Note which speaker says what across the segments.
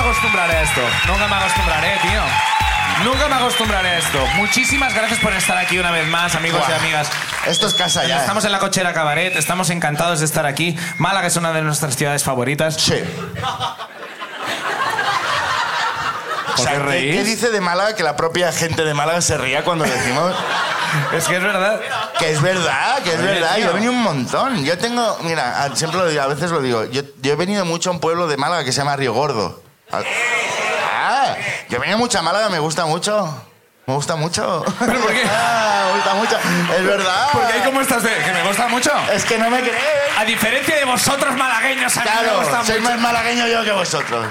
Speaker 1: acostumbraré a esto. Nunca me acostumbraré, tío. Nunca me acostumbraré a esto. Muchísimas gracias por estar aquí una vez más, amigos y
Speaker 2: Buah.
Speaker 1: amigas.
Speaker 2: Esto es casa ya.
Speaker 1: Estamos en la cochera Cabaret, estamos encantados de estar aquí. Málaga es una de nuestras ciudades favoritas.
Speaker 2: Sí.
Speaker 1: ¿Por qué
Speaker 2: ¿qué-
Speaker 1: reís?
Speaker 2: ¿Qué dice de Málaga que la propia gente de Málaga se ría cuando decimos
Speaker 1: Es que es verdad.
Speaker 2: que es verdad, que es
Speaker 1: Oye,
Speaker 2: verdad?
Speaker 1: tío.
Speaker 2: Yo he venido un montón. Yo tengo, mira, a- siempre lo digo, a veces lo digo, yo, yo he venido mucho a un pueblo de Málaga que se llama Río Gordo. Al- Ah, yo he venido mucho a Málaga, me gusta mucho. Me gusta mucho.
Speaker 1: ¿Pero por qué?
Speaker 2: Ah, me gusta mucho. Es verdad.
Speaker 1: Porque hay como estas de... que me gusta mucho.
Speaker 2: Es que no me crees.
Speaker 1: A diferencia de vosotros malagueños, a mí me
Speaker 2: Claro,
Speaker 1: gusta
Speaker 2: soy
Speaker 1: mucho.
Speaker 2: más malagueño yo que vosotros.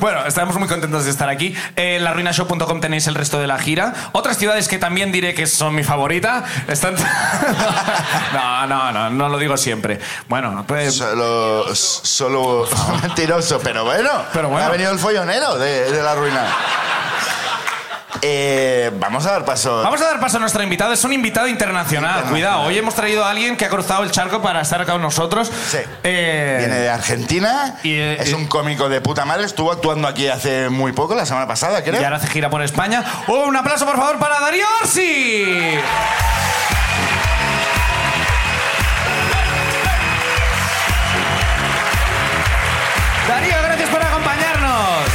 Speaker 1: Bueno, estamos muy contentos de estar aquí. Eh, En laruinashow.com tenéis el resto de la gira. Otras ciudades que también diré que son mi favorita están... no, no, no, no lo digo siempre. Bueno, pues...
Speaker 2: Solo, solo mentiroso, pero bueno,
Speaker 1: Pero bueno.
Speaker 2: Ha venido el follonero de, de la ruina. Eh, vamos a dar paso.
Speaker 1: Vamos a dar paso a nuestro invitado. Es un invitado internacional. Cuidado, hoy hemos traído a alguien que ha cruzado el charco para estar acá con nosotros.
Speaker 2: Sí.
Speaker 1: Eh,
Speaker 2: Viene de Argentina.
Speaker 1: Y, eh,
Speaker 2: es
Speaker 1: eh,
Speaker 2: un cómico de puta madre. Estuvo actuando aquí hace muy poco, la semana pasada, creo.
Speaker 1: Y ahora hace gira por España. ¡Oh, Un aplauso, por favor, para Darío Orsi. Darío, gracias por acompañarnos.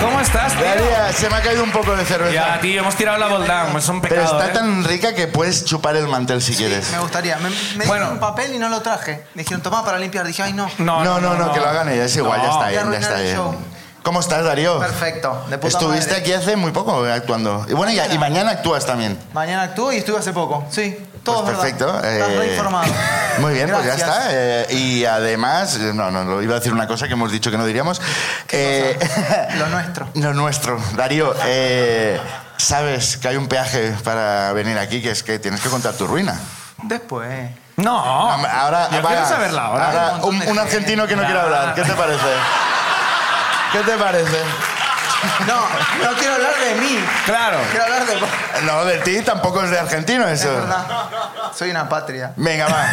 Speaker 1: ¿Cómo estás, tío?
Speaker 2: Daría, se me ha caído un poco de cerveza.
Speaker 1: Ya, tío, hemos tirado la boldán. Es un
Speaker 2: pero
Speaker 1: pecado.
Speaker 2: está
Speaker 1: ¿eh?
Speaker 2: tan rica que puedes chupar el mantel si quieres.
Speaker 3: Me gustaría. Me, me dieron
Speaker 1: Bueno.
Speaker 3: un papel y no lo traje. Me dijeron, tomá para limpiar. Dije, ay, no.
Speaker 1: No,
Speaker 2: No, no, no, que lo hagan ella, es igual,
Speaker 1: No.
Speaker 2: ya está
Speaker 3: Ya
Speaker 2: bien, ya
Speaker 3: arruinaron
Speaker 2: está
Speaker 3: el
Speaker 2: bien.
Speaker 3: show.
Speaker 2: ¿Cómo estás, Darío?
Speaker 3: Perfecto. De puta
Speaker 2: Estuviste
Speaker 3: madre.
Speaker 2: aquí hace muy poco eh, actuando. Y bueno, y, y mañana actúas también.
Speaker 3: Mañana actúo y estuve hace poco. Sí, todo
Speaker 2: Pues
Speaker 3: es
Speaker 2: perfecto.
Speaker 3: verdad. Estás
Speaker 2: eh,
Speaker 3: reinformado.
Speaker 2: Muy bien, pues ya
Speaker 3: Gracias.
Speaker 2: está. eh, y además, eh, no, no, lo iba a decir una cosa que hemos dicho que no diríamos. Eh,
Speaker 3: Lo nuestro.
Speaker 2: lo nuestro. Darío, eh, sabes que hay un peaje para venir aquí, que es que tienes que contar tu ruina.
Speaker 3: Después.
Speaker 1: No.
Speaker 2: Ahora,
Speaker 1: Yo
Speaker 2: va,
Speaker 1: quiero saberla ahora.
Speaker 2: ahora,
Speaker 3: Hay un montón
Speaker 2: un,
Speaker 3: de
Speaker 2: un
Speaker 3: gente.
Speaker 2: argentino que no
Speaker 1: Ya.
Speaker 2: quiere hablar, ¿qué te parece? ¿Qué te parece?
Speaker 3: No, no quiero hablar de mí.
Speaker 1: Claro.
Speaker 3: Quiero hablar de.
Speaker 2: No, de ti tampoco es de argentino
Speaker 3: Es
Speaker 2: eso.
Speaker 3: verdad. Soy una patria.
Speaker 2: Venga, va.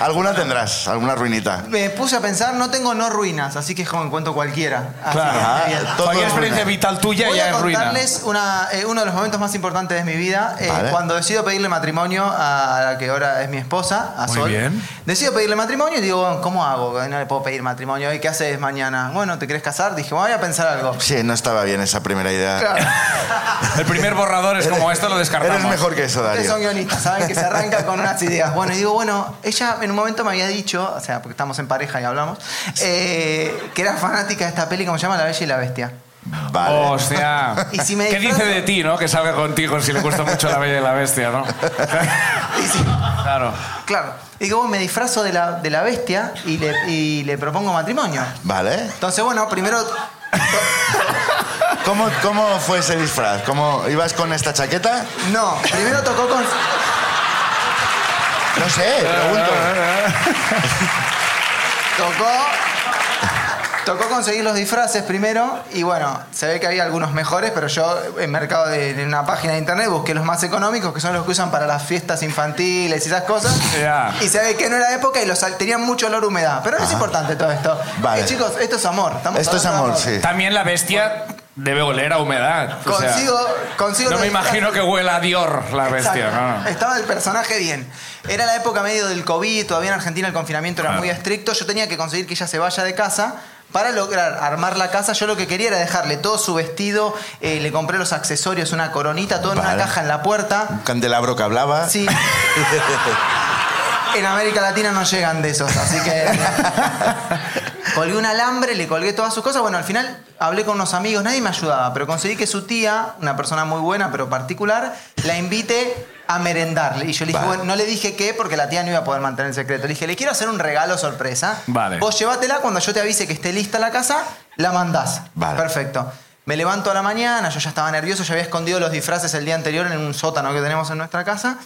Speaker 2: alguna tendrás, alguna ruinita.
Speaker 3: Me puse a pensar, no tengo no ruinas, así que es como encuentro cualquiera. Así
Speaker 1: Claro.
Speaker 3: que,
Speaker 2: Ah,
Speaker 3: bien.
Speaker 2: todo
Speaker 1: Cualquier
Speaker 2: es ruina.
Speaker 1: experiencia vital tuya
Speaker 3: Voy
Speaker 1: ya
Speaker 3: a
Speaker 1: es ruina.
Speaker 3: contarles una, eh, uno de los momentos más importantes de mi vida. eh,
Speaker 2: Vale.
Speaker 3: Cuando decido pedirle matrimonio a la que ahora es mi esposa, a
Speaker 1: Muy
Speaker 3: Sol.
Speaker 1: bien.
Speaker 3: Decido pedirle matrimonio y digo, bueno, ¿cómo hago? No le puedo pedir matrimonio. ¿Y qué haces mañana? Bueno, ¿te querés casar? Dije, voy a pensar algo.
Speaker 2: Sí, no estaba bien esa primera idea.
Speaker 1: El primer borrador es como esto, lo descartamos.
Speaker 2: Eres mejor que eso,
Speaker 3: Ustedes son
Speaker 2: Darío.
Speaker 3: guionistas, saben que se arranca con unas ideas. Bueno, y digo, bueno, ella en un momento me había dicho, o sea, porque estamos en pareja y hablamos, eh, que era fanática de esta peli, como se llama La Bella y la Bestia.
Speaker 2: Vale.
Speaker 1: Hostia.
Speaker 3: Y si me
Speaker 1: ¿Qué
Speaker 3: disfrazo?
Speaker 1: dice de ti, no? Que salga contigo si le cuesta mucho la bella y la bestia, ¿no? claro.
Speaker 3: Claro. Y digo, bueno, me disfrazo de la, de la bestia y le, y le propongo matrimonio.
Speaker 2: Vale.
Speaker 3: Entonces, bueno, primero.
Speaker 2: ¿Cómo, ¿Cómo fue ese disfraz? ¿Cómo ibas con esta chaqueta?
Speaker 3: No, primero tocó con.
Speaker 2: No sé,
Speaker 1: Eh,
Speaker 2: pregunto.
Speaker 3: Tocó. Tocó conseguir los disfraces primero y bueno, se ve que había algunos mejores, pero yo en mercado de en una página de internet busqué los más económicos, que son los que usan para las fiestas infantiles y esas cosas.
Speaker 1: Ya.
Speaker 3: Y se ve que no era época y los al- tenían mucho olor a humedad. Pero no es importante todo esto.
Speaker 2: Vale.
Speaker 3: Eh, chicos, esto es amor. estamos
Speaker 2: Esto es
Speaker 3: hablando de
Speaker 2: amor, sí.
Speaker 1: También la bestia debe oler a humedad. o sea,
Speaker 3: Consigo, consigo
Speaker 1: no
Speaker 3: los
Speaker 1: me imagino
Speaker 3: disfraces.
Speaker 1: que huela a Dior la bestia,
Speaker 3: Exacto.
Speaker 1: ¿no?
Speaker 3: Estaba el personaje bien. Era la época medio del COVID, todavía en Argentina el confinamiento era
Speaker 1: Claro.
Speaker 3: muy estricto. Yo tenía que conseguir que ella se vaya de casa. Para lograr armar la casa, yo lo que quería era dejarle todo su vestido, eh, le compré los accesorios, una coronita, todo en
Speaker 2: Vale.
Speaker 3: una caja en la puerta.
Speaker 1: eh.
Speaker 2: Un candelabro que hablaba.
Speaker 3: Sí. En América Latina no llegan de esos, así que. colgué un alambre, le colgué todas sus cosas. Bueno, al final hablé con unos amigos, nadie me ayudaba, pero conseguí que su tía, una persona muy buena pero particular, la invite a merendarle. Y yo le dije,
Speaker 2: Vale.
Speaker 3: bueno, no le dije qué porque la tía no iba a poder mantener el secreto. Le dije, le quiero hacer un regalo sorpresa.
Speaker 1: Vale.
Speaker 3: Vos llévatela cuando yo te avise que esté lista la casa, la mandás.
Speaker 2: Vale.
Speaker 3: Perfecto. Me levanto a la mañana, yo ya estaba nervioso, ya había escondido los disfraces el día anterior en un sótano que tenemos en nuestra casa.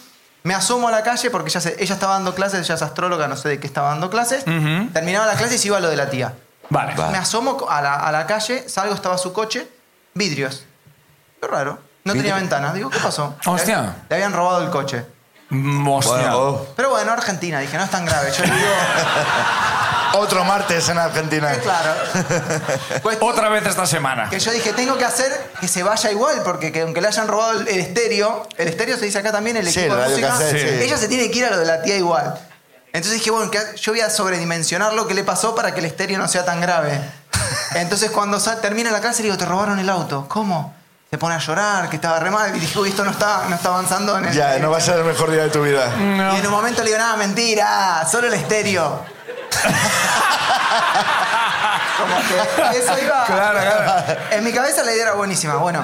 Speaker 3: Me asomo a la calle porque ella, se- ella estaba dando clases, ella es astróloga, no sé de qué estaba dando clases. Terminaba la clase y se iba a lo de la tía.
Speaker 1: Vale.
Speaker 2: Va.
Speaker 3: Me asomo a la, a la calle, salgo, estaba su coche, vidrios. Qué raro. No tenía ventanas. Digo, ¿qué pasó?
Speaker 1: Hostia.
Speaker 3: Le- Le habían robado el coche.
Speaker 1: Mm, Hostia.
Speaker 2: Bueno, oh.
Speaker 3: Pero bueno, Argentina, dije, no es tan grave. Yo le digo,
Speaker 2: Otro martes en Argentina.
Speaker 3: Claro. Cuestión
Speaker 1: Otra vez esta semana.
Speaker 3: que yo dije, tengo que hacer que se vaya igual, porque que aunque le hayan robado el el estéreo, el estéreo se dice acá también, el
Speaker 2: Sí,
Speaker 3: equipo
Speaker 2: el
Speaker 3: de
Speaker 2: radio
Speaker 3: música,
Speaker 2: cassette,
Speaker 1: sí.
Speaker 3: ella se tiene que ir a lo de la tía igual. Entonces dije, bueno, que yo voy a sobredimensionar lo que le pasó para que el estéreo no sea tan grave. Entonces cuando sa- termina la clase, le digo, te robaron el auto. ¿Cómo? Se pone a llorar, que estaba re mal. Y dije, uy, esto no está, no está avanzando. En el-
Speaker 2: Ya, no va a ser el mejor día de tu vida.
Speaker 3: Y en un momento le digo, nada, mentira, solo el estéreo. Como que eso iba.
Speaker 1: Claro, claro.
Speaker 3: En mi cabeza la idea era buenísima. Bueno.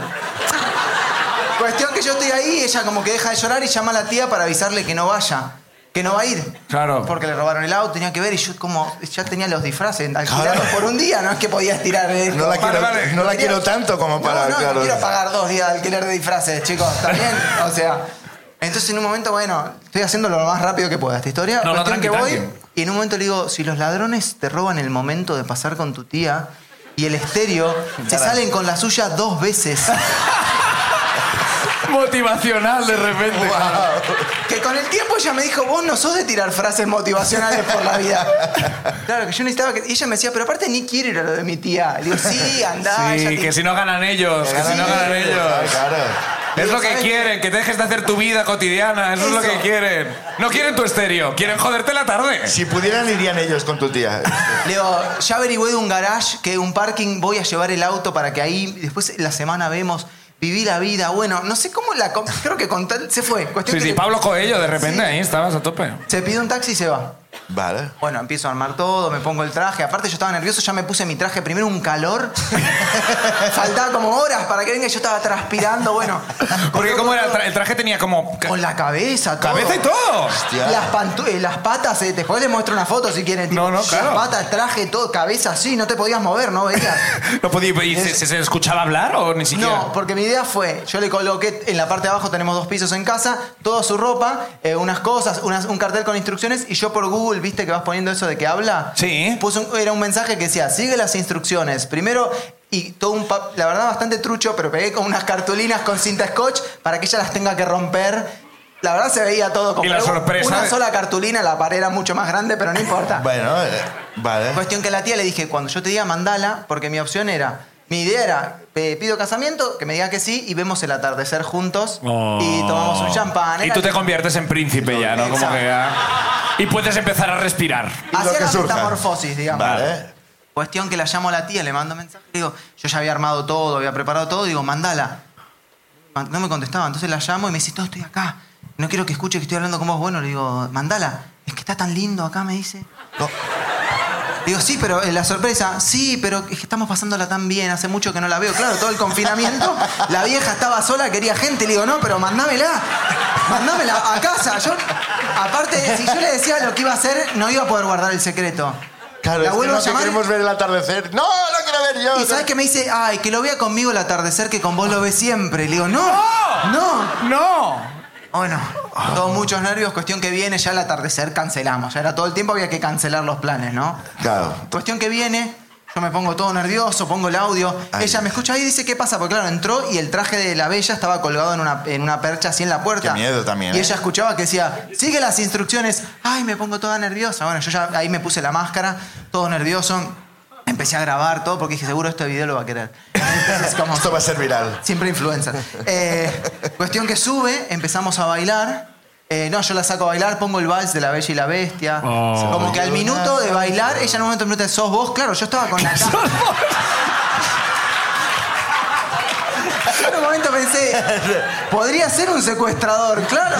Speaker 3: Cuestión que yo estoy ahí, ella como que deja de llorar y llama a la tía para avisarle que no vaya. Que no va a ir.
Speaker 1: Claro.
Speaker 3: Porque le robaron el auto, tenía que ver y yo como ya tenía los disfraces alquilados por un día, no es que podías tirar. eh,
Speaker 2: No la
Speaker 3: como-
Speaker 2: quiero,
Speaker 1: vale.
Speaker 2: no la quiero tanto como para.
Speaker 3: no, no,
Speaker 2: claro.
Speaker 3: no quiero pagar dos días de alquiler de disfraces, chicos. También, o sea. Entonces, en un momento, bueno, estoy haciendo lo más rápido que pueda esta historia.
Speaker 1: No, no,
Speaker 3: Cuestión que
Speaker 1: tranqui,
Speaker 3: voy.
Speaker 1: tranqui.
Speaker 3: Y en un momento le digo, si los ladrones te roban el momento de pasar con tu tía y el estéreo, se salen con la suya dos veces.
Speaker 1: Motivacional de repente.
Speaker 3: Que con el tiempo ella me dijo, vos no sos de tirar frases motivacionales por la vida. Claro, que yo necesitaba que... Y ella me decía, pero aparte ni quiero ir a lo de mi tía. Le digo, sí, andá. ella
Speaker 1: Sí,
Speaker 3: te-
Speaker 1: que si no ganan ellos, que si no ganan ellos.
Speaker 2: Claro.
Speaker 1: Es lo que
Speaker 3: ¿Sabes qué?
Speaker 1: quieren, que te dejes de hacer tu vida cotidiana, eso, es lo
Speaker 3: Eso.
Speaker 1: que quieren. No quieren tu estéreo, quieren joderte la tarde.
Speaker 2: Si pudieran, irían ellos con tu tía.
Speaker 3: Le digo, ya averigüé de un garage, que un parking, voy a llevar el auto para que ahí, después la semana vemos, viví la vida, bueno, no sé cómo la... com- Creo que con tal... Se fue. Cuestión
Speaker 1: Sí,
Speaker 3: que
Speaker 1: sí,
Speaker 3: le-
Speaker 1: Pablo Coello, de repente
Speaker 3: Sí.
Speaker 1: ahí estabas a tope.
Speaker 3: Se pide un taxi y se va.
Speaker 2: Vale.
Speaker 3: Bueno, empiezo a armar todo, me pongo el traje. Aparte yo estaba nervioso, ya me puse mi traje. Primero un calor. Faltaba como horas para que venga y yo estaba transpirando. Bueno,
Speaker 1: Porque
Speaker 3: con-
Speaker 1: como era, el, tra- el traje tenía como ca-
Speaker 3: Con la cabeza, todo.
Speaker 1: cabeza y todo.
Speaker 2: Hostia.
Speaker 3: Las, pantu- eh, las patas, eh, después les muestro una foto si quieren. tipo,
Speaker 1: No, no, claro.
Speaker 3: Las patas, traje, todo, cabeza así, no te podías mover, no veías.
Speaker 1: No podía, y se, se- se escuchaba hablar o ni siquiera?
Speaker 3: No, porque mi idea fue, yo le coloqué en la parte de abajo, tenemos dos pisos en casa, toda su ropa, eh, unas cosas, unas- un cartel con instrucciones, y yo por Google, viste que vas poniendo eso de que habla.
Speaker 1: Sí.
Speaker 3: Puse un- era un mensaje que decía, sigue las instrucciones. Primero, y todo un pa- la verdad bastante trucho, pero pegué con unas cartulinas con cinta scotch para que ella las tenga que romper. La verdad se veía todo como
Speaker 1: Y la sorpresa
Speaker 3: una
Speaker 1: de-
Speaker 3: sola cartulina, la pared era mucho más grande, pero no importa.
Speaker 2: Bueno, eh, vale.
Speaker 3: Cuestión que la tía le dije, cuando yo te diga mandala, porque mi opción era, mi idea era, pe- pido casamiento, que me diga que sí y vemos el atardecer juntos
Speaker 1: Oh.
Speaker 3: y tomamos un champán.
Speaker 1: Y
Speaker 3: Era-
Speaker 1: tú te conviertes en príncipe ya, ¿no? Como que ya- Y puedes empezar a respirar.
Speaker 2: lo
Speaker 3: Hacía
Speaker 2: que
Speaker 3: la
Speaker 2: surja.
Speaker 3: metamorfosis, digamos.
Speaker 2: Vale.
Speaker 3: Cuestión que la llamo a la tía, le mando mensaje, le digo, yo ya había armado todo, había preparado todo, digo, mandala. Man- No me contestaba, entonces la llamo y me dice, todo estoy acá, no quiero que escuche que estoy hablando con vos. Bueno, le digo, mandala, es que está tan lindo acá, me dice.
Speaker 2: No.
Speaker 3: Digo, sí, pero eh, la sorpresa, sí, pero es que estamos pasándola tan bien, hace mucho que no la veo. Claro, todo el confinamiento, la vieja estaba sola, quería gente. Le digo, no, pero mandámela, mandámela a casa. Yo, aparte, si yo le decía lo que iba a hacer, no iba a poder guardar el secreto.
Speaker 2: Claro,
Speaker 3: la
Speaker 2: es que
Speaker 3: vuelvo
Speaker 2: no
Speaker 3: a
Speaker 2: te
Speaker 3: llamar
Speaker 2: queremos ver el atardecer. No, no quiero ver yo.
Speaker 3: y sabes que me dice, ay, que lo vea conmigo el atardecer que con vos lo ve siempre. Le digo, no, no.
Speaker 1: ¡No!
Speaker 3: Bueno, todos muchos nervios, cuestión que viene, ya el atardecer cancelamos. Ya era todo el tiempo, había que cancelar los planes, ¿no?
Speaker 2: Claro.
Speaker 3: Cuestión que viene, yo me pongo todo nervioso, pongo el audio.
Speaker 2: Ay.
Speaker 3: Ella me escucha ahí y dice, ¿qué pasa? Porque claro, entró y el traje de la bella estaba colgado en una, en una percha así en la puerta.
Speaker 2: Qué miedo también,
Speaker 3: Y
Speaker 2: ¿eh?
Speaker 3: ella escuchaba que decía, sigue las instrucciones. Ay, me pongo toda nerviosa. Bueno, yo ya ahí me puse la máscara, todo nervioso. Empecé a grabar todo porque dije, seguro este video lo va a querer. Entonces, como-
Speaker 2: Esto va a ser viral.
Speaker 3: Siempre influencer. Eh, cuestión que sube, empezamos a bailar. Eh, no, yo la saco a bailar, pongo el vals de la Bella y la Bestia.
Speaker 1: Oh.
Speaker 3: Como que al minuto de bailar, ella en un momento me pregunta, ¿sos vos? Claro, yo estaba con la cara. Yo en un momento pensé, podría ser un secuestrador, claro.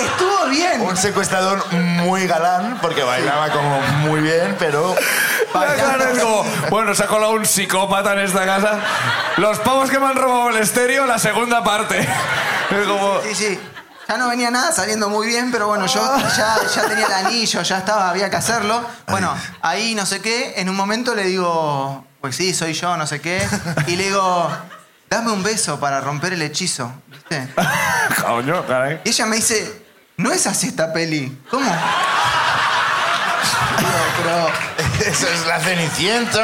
Speaker 3: Estuvo bien.
Speaker 2: Un secuestrador muy galán, porque bailaba como muy bien, pero.
Speaker 1: La cara es como, bueno, se ha colado un psicópata en esta casa. Los pavos que me han robado el estéreo, la segunda parte. Es como...
Speaker 3: Sí, sí. Ya no venía nada saliendo muy bien, pero bueno, yo ya, ya tenía el anillo, ya estaba, había que hacerlo. Bueno, ahí no sé qué, en un momento le digo, pues sí, soy yo, no sé qué. Y le digo, dame un beso para romper el hechizo, ¿viste?
Speaker 1: Coño, caray.
Speaker 3: Y ella me dice, no es así esta peli. ¿Cómo? Digo, pero...
Speaker 2: ¡Eso es la Ceniciento!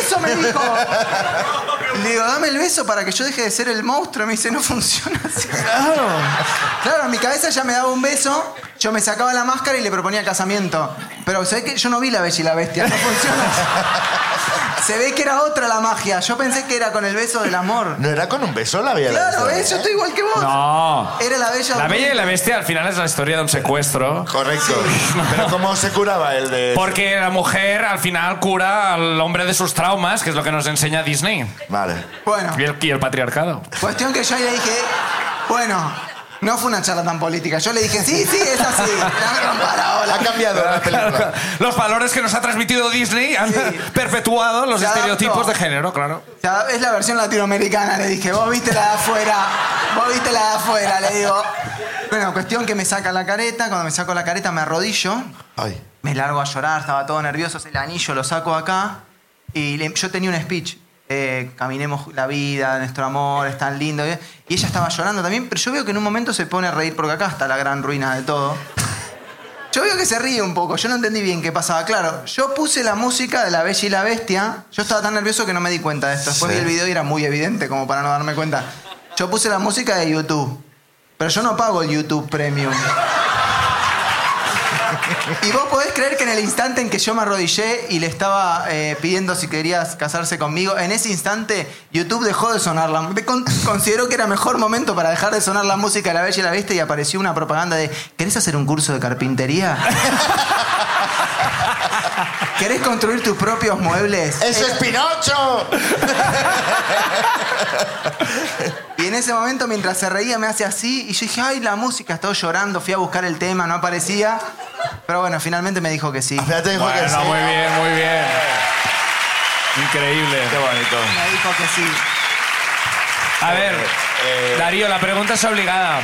Speaker 3: Eso me dijo. Le digo, dame el beso para que yo deje de ser el monstruo. Me dice, no funciona así. Claro. Claro, en mi cabeza ya me daba un beso, yo me sacaba la máscara y le proponía casamiento. Pero se ve que yo no vi la bella y la bestia, no funciona. se ve que era otra la magia. Yo pensé que era con el beso del amor.
Speaker 2: ¿No era con un beso la bella?
Speaker 3: Claro,
Speaker 2: bestia?
Speaker 3: ¿ves? Yo estoy igual que vos.
Speaker 1: No.
Speaker 3: Era la bella.
Speaker 1: La Bella y la Bestia al final es la historia de un secuestro.
Speaker 2: Correcto. Pero ¿cómo se curaba el de...?
Speaker 1: Porque la mujer al final cura al hombre de sus traumas, que es lo que nos enseña Disney.
Speaker 2: Vale.
Speaker 3: Bueno,
Speaker 1: Y el, y el patriarcado.
Speaker 3: cuestión que yo ahí le dije, bueno, no fue una charla tan política. Yo le dije, sí, sí, es así. La gran
Speaker 2: Ha
Speaker 3: parabola.
Speaker 2: cambiado la película.
Speaker 1: Los valores que nos ha transmitido Disney han
Speaker 3: Sí.
Speaker 1: perpetuado los
Speaker 3: Se adaptó.
Speaker 1: estereotipos de género, claro.
Speaker 3: O sea, es la versión latinoamericana, le dije. Vos viste la de afuera, vos viste la de afuera, le digo. Bueno, cuestión que me saca la careta. Cuando me saco la careta me arrodillo,
Speaker 2: Ay.
Speaker 3: me largo a llorar, estaba todo nervioso. El anillo lo saco acá y le- yo tenía un speech. eh, caminemos la vida, nuestro amor es tan lindo. eh, Y ella estaba llorando también, pero yo veo que en un momento se pone a reír porque acá está la gran ruina de todo. Yo veo que se ríe un poco, yo no entendí bien qué pasaba. Claro, yo puse la música de La Bella y la Bestia. Yo estaba tan nervioso que no me di cuenta de esto. Después
Speaker 2: Sí.
Speaker 3: vi el video y era muy evidente, como para no darme cuenta. Yo puse la música de YouTube. Pero yo no pago el YouTube Premium. Y vos podés creer que en el instante en que yo me arrodillé y le estaba eh, pidiendo si querías casarse conmigo, en ese instante YouTube dejó de sonar la de con- consideró que era mejor momento para dejar de sonar la música de La Bella y la Bestia y apareció una propaganda de ¿Querés hacer un curso de carpintería? ¿Querés construir tus propios muebles?
Speaker 2: ¡Eso es Pinocho!
Speaker 3: Y en ese momento, mientras se reía, me hace así. Y yo dije, ay, la música, estaba llorando. Fui a buscar el tema, no aparecía. Pero bueno, finalmente me dijo que sí. Me
Speaker 2: Espérate, dijo que
Speaker 1: Bueno,
Speaker 2: sí.
Speaker 1: muy bien, muy bien. Increíble.
Speaker 2: Qué bonito.
Speaker 3: dijo que sí.
Speaker 1: A ver,
Speaker 2: eh.
Speaker 1: Darío, la pregunta es obligada.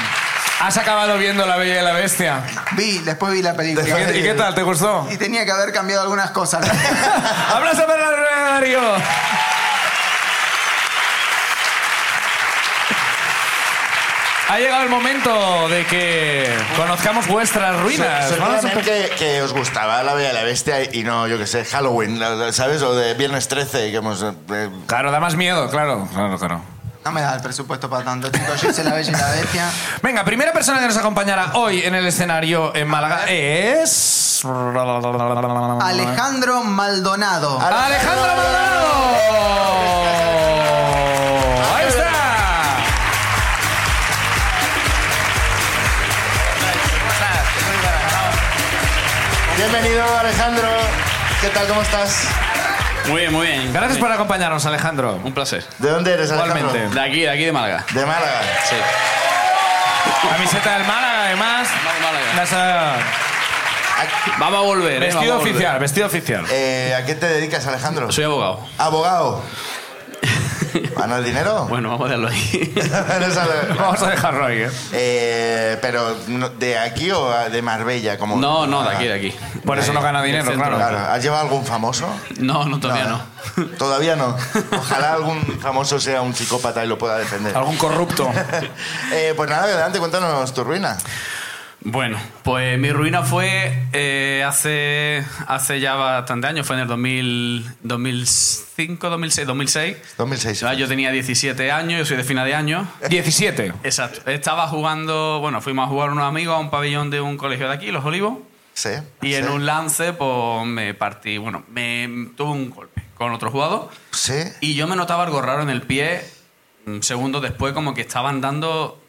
Speaker 1: ¿Has acabado viendo La Bella y la Bestia?
Speaker 3: Vi, después vi la película.
Speaker 1: ¿Y qué, y qué tal? ¿Te gustó?
Speaker 3: Y tenía que haber cambiado algunas cosas.
Speaker 1: ¡Abrazo para la Darío! Ha llegado el momento de que conozcamos vuestras ruinas. Vamos a
Speaker 2: Seguramente que, que os gustaba La Bella y la Bestia y no, yo qué sé, Halloween, ¿sabes? O de Viernes 13 que hemos... eh,
Speaker 1: Claro, da más miedo, claro. Claro, claro.
Speaker 3: No me da el presupuesto para tanto, chicos. Yo hice la bella y la bestia.
Speaker 1: Venga, primera persona que nos acompañará hoy en el escenario en Málaga es.
Speaker 3: Alejandro Maldonado.
Speaker 1: Alejandro Maldonado. Ahí está.
Speaker 2: Bienvenido, Alejandro. ¿Qué tal, cómo estás?
Speaker 4: Muy bien, muy bien.
Speaker 1: Gracias por acompañarnos, Alejandro.
Speaker 4: Un placer.
Speaker 2: ¿De dónde eres, Alejandro?
Speaker 1: Igualmente.
Speaker 4: De aquí, de aquí de Málaga.
Speaker 2: De Málaga.
Speaker 4: Sí.
Speaker 1: Camiseta del Málaga, además.
Speaker 4: Málaga, Málaga.
Speaker 1: Las, ah,
Speaker 4: Vamos a volver. eh,
Speaker 1: vestido
Speaker 4: vamos a volver.
Speaker 1: oficial, vestido oficial.
Speaker 2: Eh, ¿A qué te dedicas, Alejandro?
Speaker 4: Soy abogado.
Speaker 2: Abogado. ¿Ganas dinero?
Speaker 4: Bueno, vamos a dejarlo ahí.
Speaker 2: No sabe.
Speaker 1: Vamos a dejarlo ahí, ¿eh?
Speaker 2: Eh, pero no- de aquí o de Marbella, como
Speaker 4: No, no, de aquí, de aquí.
Speaker 1: Por eso no gana dinero,
Speaker 4: centro.
Speaker 1: claro.
Speaker 2: Claro, ¿has llevado algún famoso?
Speaker 4: No, no, todavía no.
Speaker 2: Todavía no. Ojalá algún famoso sea un psicópata y lo pueda defender.
Speaker 1: Algún corrupto.
Speaker 2: Eh, pues nada, adelante, cuéntanos tu ruina.
Speaker 4: Bueno, pues mi ruina fue eh, hace, hace ya bastante años, fue en el 2000, 2005, 2006, 2006.
Speaker 2: 2006.
Speaker 4: Ah, Yo tenía 17 años, yo soy de final de año.
Speaker 1: 17.
Speaker 4: Exacto. Estaba jugando, bueno, fuimos a jugar unos amigos a un pabellón de un colegio de aquí, Los Olivos.
Speaker 2: Sí.
Speaker 4: Y
Speaker 2: sí.
Speaker 4: en un lance, pues me partí, bueno, me tuve un golpe con otro jugador.
Speaker 2: Sí.
Speaker 4: Y yo me notaba algo raro en el pie, mm, segundos después, como que estaba andando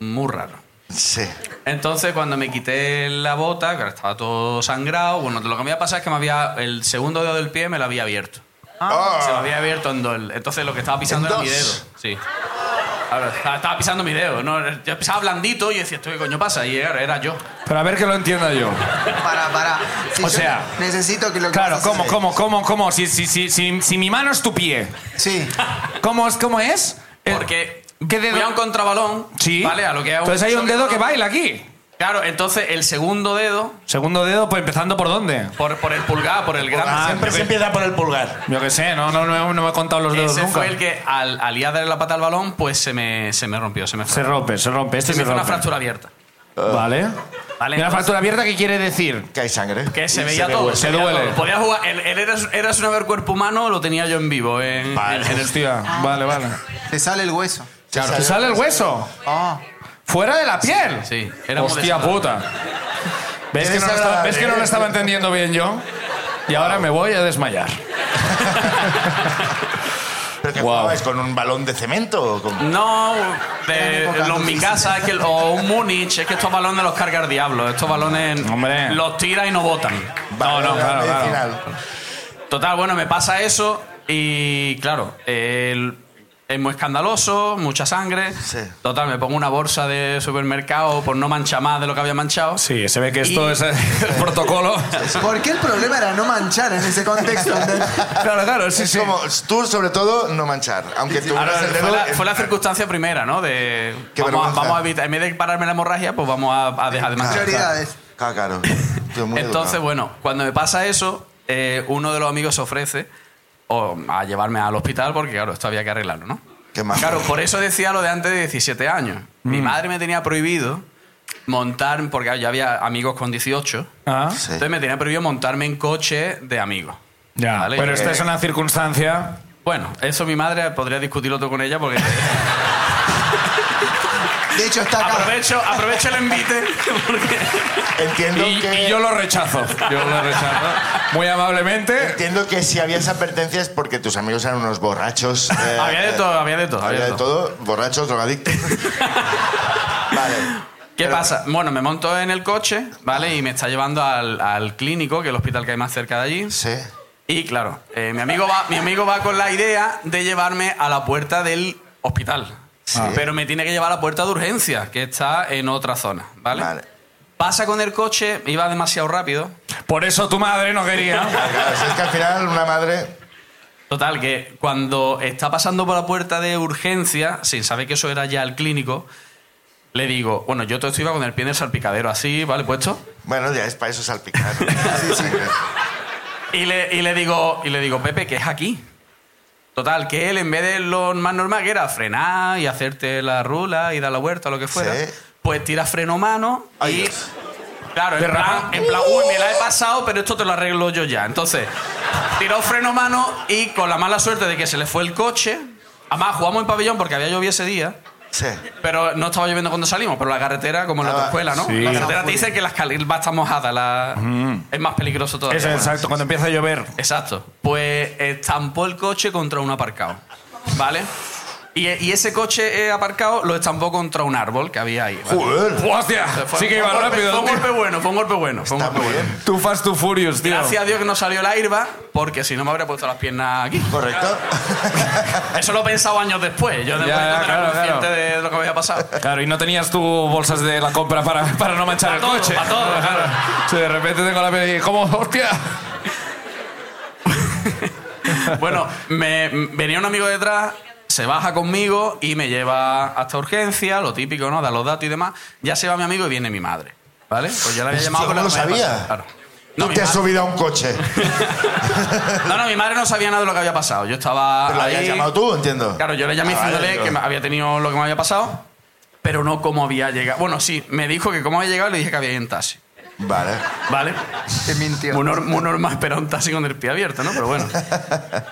Speaker 4: muy raro.
Speaker 2: Sí.
Speaker 4: Entonces, cuando me quité la bota, que ahora estaba todo sangrado, bueno, lo que me había pasado es que me había, el segundo dedo del pie me lo había abierto. Ah,
Speaker 2: Ah.
Speaker 4: Se me había abierto en dos. Entonces, lo que estaba pisando
Speaker 2: ¿En
Speaker 4: era mi dedo.
Speaker 2: dos?
Speaker 4: Sí. Ahora, estaba, estaba pisando mi dedo. No, yo pisaba blandito y decía, ¿esto qué coño pasa? Y era, era yo.
Speaker 1: Pero a ver que lo entienda yo.
Speaker 3: Para, para. Si
Speaker 1: O
Speaker 3: yo
Speaker 1: sea,
Speaker 3: Necesito que lo que
Speaker 1: Claro,
Speaker 3: vas a hacer-
Speaker 1: ¿cómo, cómo, cómo, cómo? Si, si, si, si, si mi mano es tu pie,
Speaker 3: Sí.
Speaker 1: ¿cómo es? ¿Cómo es? Eh,
Speaker 4: Porque
Speaker 1: ¿Qué dedo?
Speaker 4: voy a un contrabalón.
Speaker 1: Sí.
Speaker 4: ¿Vale? A lo que es un-
Speaker 1: Entonces hay un dedo que baila aquí.
Speaker 4: Claro, entonces el segundo dedo,
Speaker 1: Segundo dedo, pues empezando por dónde.
Speaker 4: por, por el pulgar, por el grande.
Speaker 1: Ah,
Speaker 2: Siempre se empieza por el pulgar.
Speaker 1: Yo qué sé, no, no, no, no me he contado los dedos
Speaker 4: Ese
Speaker 1: nunca.
Speaker 4: fue el que al, al ir a darle la pata al balón, pues se me, se me rompió, se me
Speaker 1: Se
Speaker 4: fracturó.
Speaker 1: rompe, se rompe. Este se
Speaker 4: Se me hizo
Speaker 1: rompe.
Speaker 4: una fractura abierta.
Speaker 1: Vale.
Speaker 4: Vale,
Speaker 1: ¿Y una
Speaker 4: entonces-
Speaker 1: fractura abierta qué quiere decir?
Speaker 2: Que hay sangre.
Speaker 4: Que se
Speaker 2: Y
Speaker 4: veía todo.
Speaker 2: huele.
Speaker 1: se
Speaker 4: veía
Speaker 1: duele.
Speaker 4: todo. Podía jugar. El, el eras, eras una ver cuerpo humano lo tenía yo en vivo. En,
Speaker 2: Vale.
Speaker 4: en- en el-
Speaker 1: Hostia, vale, vale.
Speaker 3: Te sale el hueso.
Speaker 1: Claro,
Speaker 2: sale-
Speaker 1: te sale el hueso.
Speaker 3: Oh.
Speaker 1: Fuera de la piel.
Speaker 4: sí, era muy
Speaker 1: Hostia
Speaker 4: desagradable. ¿eh?
Speaker 1: puta. ¿Ves,
Speaker 2: Qué
Speaker 1: que no, lo estaba,
Speaker 2: desagradable.
Speaker 1: ves que no lo estaba entendiendo bien yo? Y ahora me voy a desmayar.
Speaker 2: ¿Pero qué
Speaker 1: Wow.
Speaker 2: jugabais? ¿Con un balón de cemento? o con-
Speaker 4: No,
Speaker 3: Eran
Speaker 4: de
Speaker 3: épocas
Speaker 4: los
Speaker 3: difíciles.
Speaker 4: Mikasa es que, o un Múnich, es que estos balones los carga el diablo. Estos balones
Speaker 1: Hombre.
Speaker 4: los tira y no botan.
Speaker 2: Balón
Speaker 1: no, claro, claro.
Speaker 2: medicinal.
Speaker 4: Total, bueno, me pasa eso y claro, el- es muy escandaloso, mucha sangre.
Speaker 2: Sí.
Speaker 4: Total, me pongo una bolsa de supermercado por no manchar más de lo que había manchado.
Speaker 1: Sí, se ve que esto
Speaker 4: Y-
Speaker 1: es el protocolo.
Speaker 3: ¿Por qué el problema era no manchar en ese contexto? ¿entendés?
Speaker 1: Claro, claro, sí,
Speaker 2: Es
Speaker 1: sí.
Speaker 2: como tú, sobre todo, no manchar. Aunque tú
Speaker 4: Ahora,
Speaker 2: el eh, dedo.
Speaker 4: fue, la,
Speaker 2: en-
Speaker 4: fue la circunstancia primera, ¿no? De
Speaker 2: Qué
Speaker 4: vamos, a,
Speaker 2: vergüenza.
Speaker 4: vamos a evitar, en vez de pararme la hemorragia, pues vamos a, a dejar de manchar.
Speaker 3: Prioridades.
Speaker 2: Claro, claro. Tío, muy
Speaker 4: eh. Entonces,
Speaker 2: educado.
Speaker 4: bueno, cuando me pasa eso, eh, uno de los amigos se ofrece o, a llevarme al hospital porque, claro, esto había que arreglarlo, ¿no?
Speaker 2: Qué majo.
Speaker 4: Claro, por eso decía lo de antes de 17 años. Mi madre me tenía prohibido montar, porque ya había amigos con 18,
Speaker 1: Ah,
Speaker 2: Sí.
Speaker 4: entonces me tenía prohibido montarme en coche de amigos.
Speaker 1: ya.
Speaker 4: Vale,
Speaker 1: pero
Speaker 4: eh,
Speaker 1: esta es una circunstancia.
Speaker 4: Bueno, eso mi madre podría discutirlo todo con ella porque
Speaker 3: De hecho, está acá.
Speaker 4: aprovecho, aprovecho el envite porque
Speaker 1: Y,
Speaker 2: Entiendo que.
Speaker 1: y yo lo rechazo. Yo lo rechazo. Muy amablemente.
Speaker 2: Entiendo que si había esa pertenencia es porque tus amigos eran unos borrachos. eh,
Speaker 4: había de todo, había de todo.
Speaker 2: Había de todo, borrachos, drogadictos. vale.
Speaker 4: ¿Qué pasa? Bueno, me monto en el coche, ¿vale? Y me está llevando al, al clínico, que es el hospital que hay más cerca de allí.
Speaker 2: Sí.
Speaker 4: Y claro, eh, mi, amigo va, mi amigo va con la idea de llevarme a la puerta del hospital. Ah.
Speaker 2: Sí.
Speaker 4: Pero me tiene que llevar a la puerta de urgencia, que está en otra zona, ¿vale?
Speaker 2: Vale.
Speaker 4: Pasa con el coche, iba demasiado rápido.
Speaker 1: Por eso tu madre no quería.
Speaker 2: Claro, si es que al final una madre.
Speaker 4: Total, que cuando está pasando por la puerta de urgencia, sin saber que eso era ya el clínico, le digo, bueno, yo todo esto iba con el pie en el salpicadero, así, ¿vale? Puesto.
Speaker 2: Bueno, ya es para eso salpicar.
Speaker 4: Y le, y le digo, y le digo, Pepe, que es aquí. Total, que él en vez de lo más normal que era frenar y hacerte la rula y dar la vuelta o lo que fuera,
Speaker 2: Sí.
Speaker 4: pues tira freno mano
Speaker 2: Ay,
Speaker 4: y
Speaker 2: Dios.
Speaker 4: claro, en plan, en plan, uy, me la he pasado, pero esto te lo arreglo yo ya. Entonces, tiró freno mano y con la mala suerte de que se le fue el coche, además jugamos en pabellón porque había llovido ese día.
Speaker 2: Sí.
Speaker 4: Pero no estaba lloviendo cuando salimos, pero la carretera, como en la
Speaker 2: Ah,
Speaker 4: autoescuela, ¿no?
Speaker 1: sí.
Speaker 4: La carretera te dice que las cal- va a estar mojada, la... es más peligroso todavía.
Speaker 1: Es exacto, cuando empieza a llover.
Speaker 4: Exacto. Pues estampó el coche contra un aparcado. ¿Vale? Y, y ese coche eh, aparcado lo estampó contra un árbol que había ahí. ¿vale?
Speaker 2: Joder.
Speaker 1: ¡Hostia!
Speaker 4: Entonces fue-
Speaker 1: Sí que iba
Speaker 4: fue un golpe- Fue
Speaker 1: rápido.
Speaker 4: un golpe bueno, fue un golpe bueno. Fue un
Speaker 2: Está
Speaker 4: golpe
Speaker 2: muy
Speaker 4: bueno.
Speaker 2: bien.
Speaker 1: Tú fast, tú furious, tío.
Speaker 4: Gracias a Dios que no salió el airbag, porque si no me habría puesto las piernas aquí.
Speaker 2: Correcto.
Speaker 4: Eso lo he pensado años después. Yo de
Speaker 1: Ya,
Speaker 4: momento
Speaker 1: ya,
Speaker 4: no
Speaker 1: claro,
Speaker 4: era consciente
Speaker 1: claro.
Speaker 4: de lo que me había pasado.
Speaker 1: Claro, y no tenías tú bolsas de la compra para, para no manchar el
Speaker 4: todo,
Speaker 1: coche.
Speaker 4: pa' todo, claro.
Speaker 1: Sí, de repente tengo la piel y ¿cómo? ¡Hostia!
Speaker 4: Bueno, me, m- venía un amigo detrás, se baja conmigo y me lleva hasta urgencia, lo típico, ¿no? Da los datos y demás. Ya se va mi amigo y viene mi madre, ¿vale? Pues ya la había
Speaker 2: Hostia,
Speaker 4: llamado con la
Speaker 2: ¿cómo
Speaker 4: que
Speaker 2: lo
Speaker 4: me había
Speaker 2: sabía?
Speaker 4: pasado, claro.
Speaker 2: No
Speaker 4: mi
Speaker 2: te has
Speaker 4: ma-
Speaker 2: subido a un coche.
Speaker 4: no, no, mi madre no sabía nada de lo que había pasado. Yo estaba.
Speaker 2: Pero lo habías
Speaker 4: ahí-
Speaker 2: llamado tú, entiendo.
Speaker 4: Claro, yo le llamé
Speaker 2: Ah, vale,
Speaker 4: diciéndole
Speaker 2: digo.
Speaker 4: que me había tenido lo que me había pasado, pero no cómo había llegado. Bueno, sí, me dijo que cómo había llegado y le dije que había ido en taxi,
Speaker 2: Vale.
Speaker 4: ¿vale?
Speaker 3: Te mintió.
Speaker 4: Muy, nor- muy normal, pero un taxi con el pie abierto, ¿no? Pero bueno.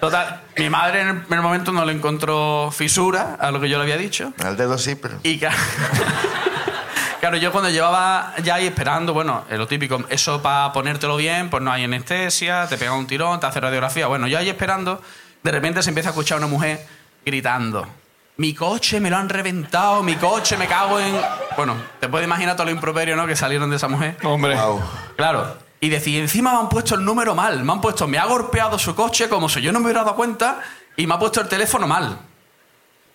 Speaker 4: Total, mi madre en el primer momento no le encontró fisura a lo que yo le había dicho.
Speaker 2: Al dedo sí, pero.
Speaker 4: Y claro, claro, yo cuando llevaba ya ahí esperando, bueno, eh, lo típico, eso para ponértelo bien, pues no hay anestesia, te pegan un tirón, te hace radiografía. Bueno, yo ahí esperando, de repente se empieza a escuchar una mujer gritando. Mi coche me lo han reventado, mi coche me cago en. Bueno, te puedes imaginar todo lo improperio, ¿no? Que salieron de esa mujer.
Speaker 1: Hombre.
Speaker 2: Wow.
Speaker 4: Claro. Y decir, encima me han puesto el número mal. Me han puesto, me ha golpeado su coche como si yo no me hubiera dado cuenta y me ha puesto el teléfono mal.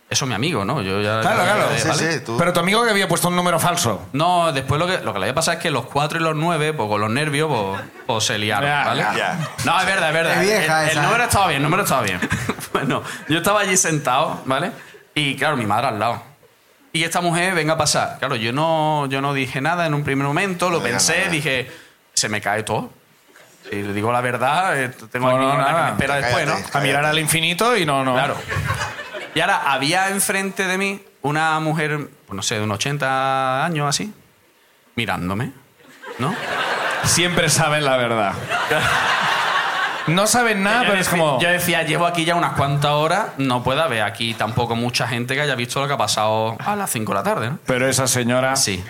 Speaker 4: Eso es mi amigo, ¿no? Yo ya,
Speaker 1: Claro, claro,
Speaker 4: eh,
Speaker 2: Sí,
Speaker 4: ¿vale?
Speaker 2: sí, tú.
Speaker 1: Pero tu amigo que había puesto un número falso.
Speaker 4: No, después lo que, lo que le había pasado es que los 4 y los 9, pues con los nervios, pues, pues se liaron,
Speaker 1: Ya,
Speaker 4: ¿vale?
Speaker 2: ya.
Speaker 4: No, es verdad, es verdad.
Speaker 3: Qué vieja
Speaker 4: el, el
Speaker 3: esa,
Speaker 4: número
Speaker 3: ¿eh?
Speaker 4: estaba bien, el número estaba bien. bueno, yo estaba allí sentado, ¿vale? Y claro, mi madre al lado. Y esta mujer venga a pasar. Claro, yo no, yo no dije nada en un primer momento, lo
Speaker 2: No digas
Speaker 4: pensé,
Speaker 2: nada.
Speaker 4: dije, se me cae todo. Y le digo la verdad, eh, tengo
Speaker 1: No,
Speaker 4: aquí
Speaker 1: no,
Speaker 4: una que
Speaker 1: nada.
Speaker 4: me espera después, ¿no?
Speaker 2: Cállate.
Speaker 1: A mirar al infinito y no, no.
Speaker 4: Claro. Y ahora había enfrente de mí una mujer, pues no sé, de unos 80 años así, mirándome, ¿no?
Speaker 1: Siempre saben la verdad. No saben nada,
Speaker 4: Yo
Speaker 1: Ah, pero es
Speaker 4: decí-
Speaker 1: como.
Speaker 4: Yo decía, llevo aquí ya unas cuantas horas, no puede haber aquí tampoco mucha gente que haya visto lo que ha pasado a las 5 de la tarde, ¿no?
Speaker 1: Pero esa señora.
Speaker 4: Sí.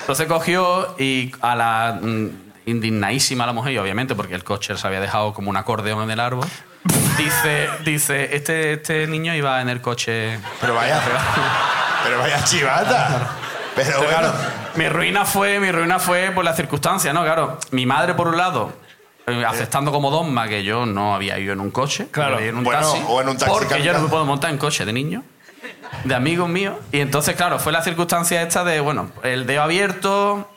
Speaker 4: Entonces cogió y a la mm, indignadísima la mujer, y obviamente, porque el coche se había dejado como un acordeón en el árbol. Dice, dice este, este niño iba en el coche.
Speaker 2: Pero vaya, pero vaya chivata. Pero
Speaker 4: Pero
Speaker 2: bueno,
Speaker 4: claro, mi ruina fue, mi ruina fue por las circunstancias, ¿no? Claro, mi madre por un lado eh, aceptando como dogma que yo no había ido en un coche,
Speaker 1: Claro.
Speaker 4: había ido en un
Speaker 2: Bueno,
Speaker 4: taxi,
Speaker 2: o en un taxi
Speaker 4: porque yo no
Speaker 2: caminando.
Speaker 4: me puedo montar en coche de niño, de amigos míos, y entonces claro, fue la circunstancia esta de, bueno, el dedo abierto,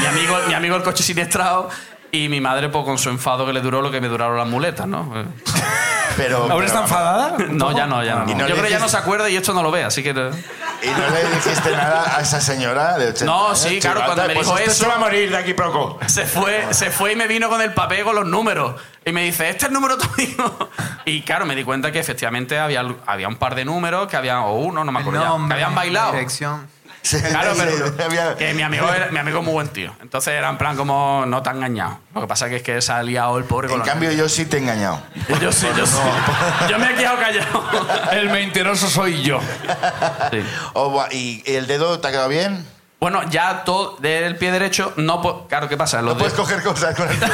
Speaker 4: mi amigo, mi amigo el coche siniestrado y mi madre pues con su enfado que le duró lo que me duraron las muletas, ¿no? Eh,
Speaker 2: pero...
Speaker 1: ¿Ahora está
Speaker 2: pero-
Speaker 1: enfadada?
Speaker 4: No, ya no, ya no.
Speaker 2: ¿Y no
Speaker 4: yo
Speaker 2: le
Speaker 4: creo que ya
Speaker 2: dices-
Speaker 4: no se acuerda y esto no lo ve, así que
Speaker 2: ¿Y
Speaker 4: eh,
Speaker 2: no le dijiste nada a esa señora de 80
Speaker 4: No,
Speaker 2: años?
Speaker 4: sí, claro, cuando me
Speaker 2: pues
Speaker 4: dijo
Speaker 2: usted
Speaker 4: eso-
Speaker 2: se va a morir de aquí poco.
Speaker 4: Se fue, se fue y me vino con el papel con los números. Y me dice, ¿este es el número tuyo? Y claro, me di cuenta que efectivamente había, había un par de números, que había, o uno, no me acuerdo ya, que habían bailado.
Speaker 3: Dirección.
Speaker 2: Sí,
Speaker 4: Claro,
Speaker 2: sí, había-
Speaker 4: pero que mi amigo, era, mi amigo es muy buen tío. Entonces era en plan como no tan engañado. Lo que pasa que es que se ha liado el pobre con
Speaker 2: En
Speaker 4: la-
Speaker 2: cambio, yo sí te he engañado.
Speaker 4: Yo sí, yo sí. Yo me he quedado callado.
Speaker 1: El mentiroso soy yo.
Speaker 4: Sí.
Speaker 2: O Oh, va- ¿Y y el dedo te ha quedado bien?
Speaker 4: Bueno, ya todo del pie derecho, no po- Claro, ¿qué pasa? Los
Speaker 2: No puedes
Speaker 4: dedos-
Speaker 2: coger cosas con el dedo.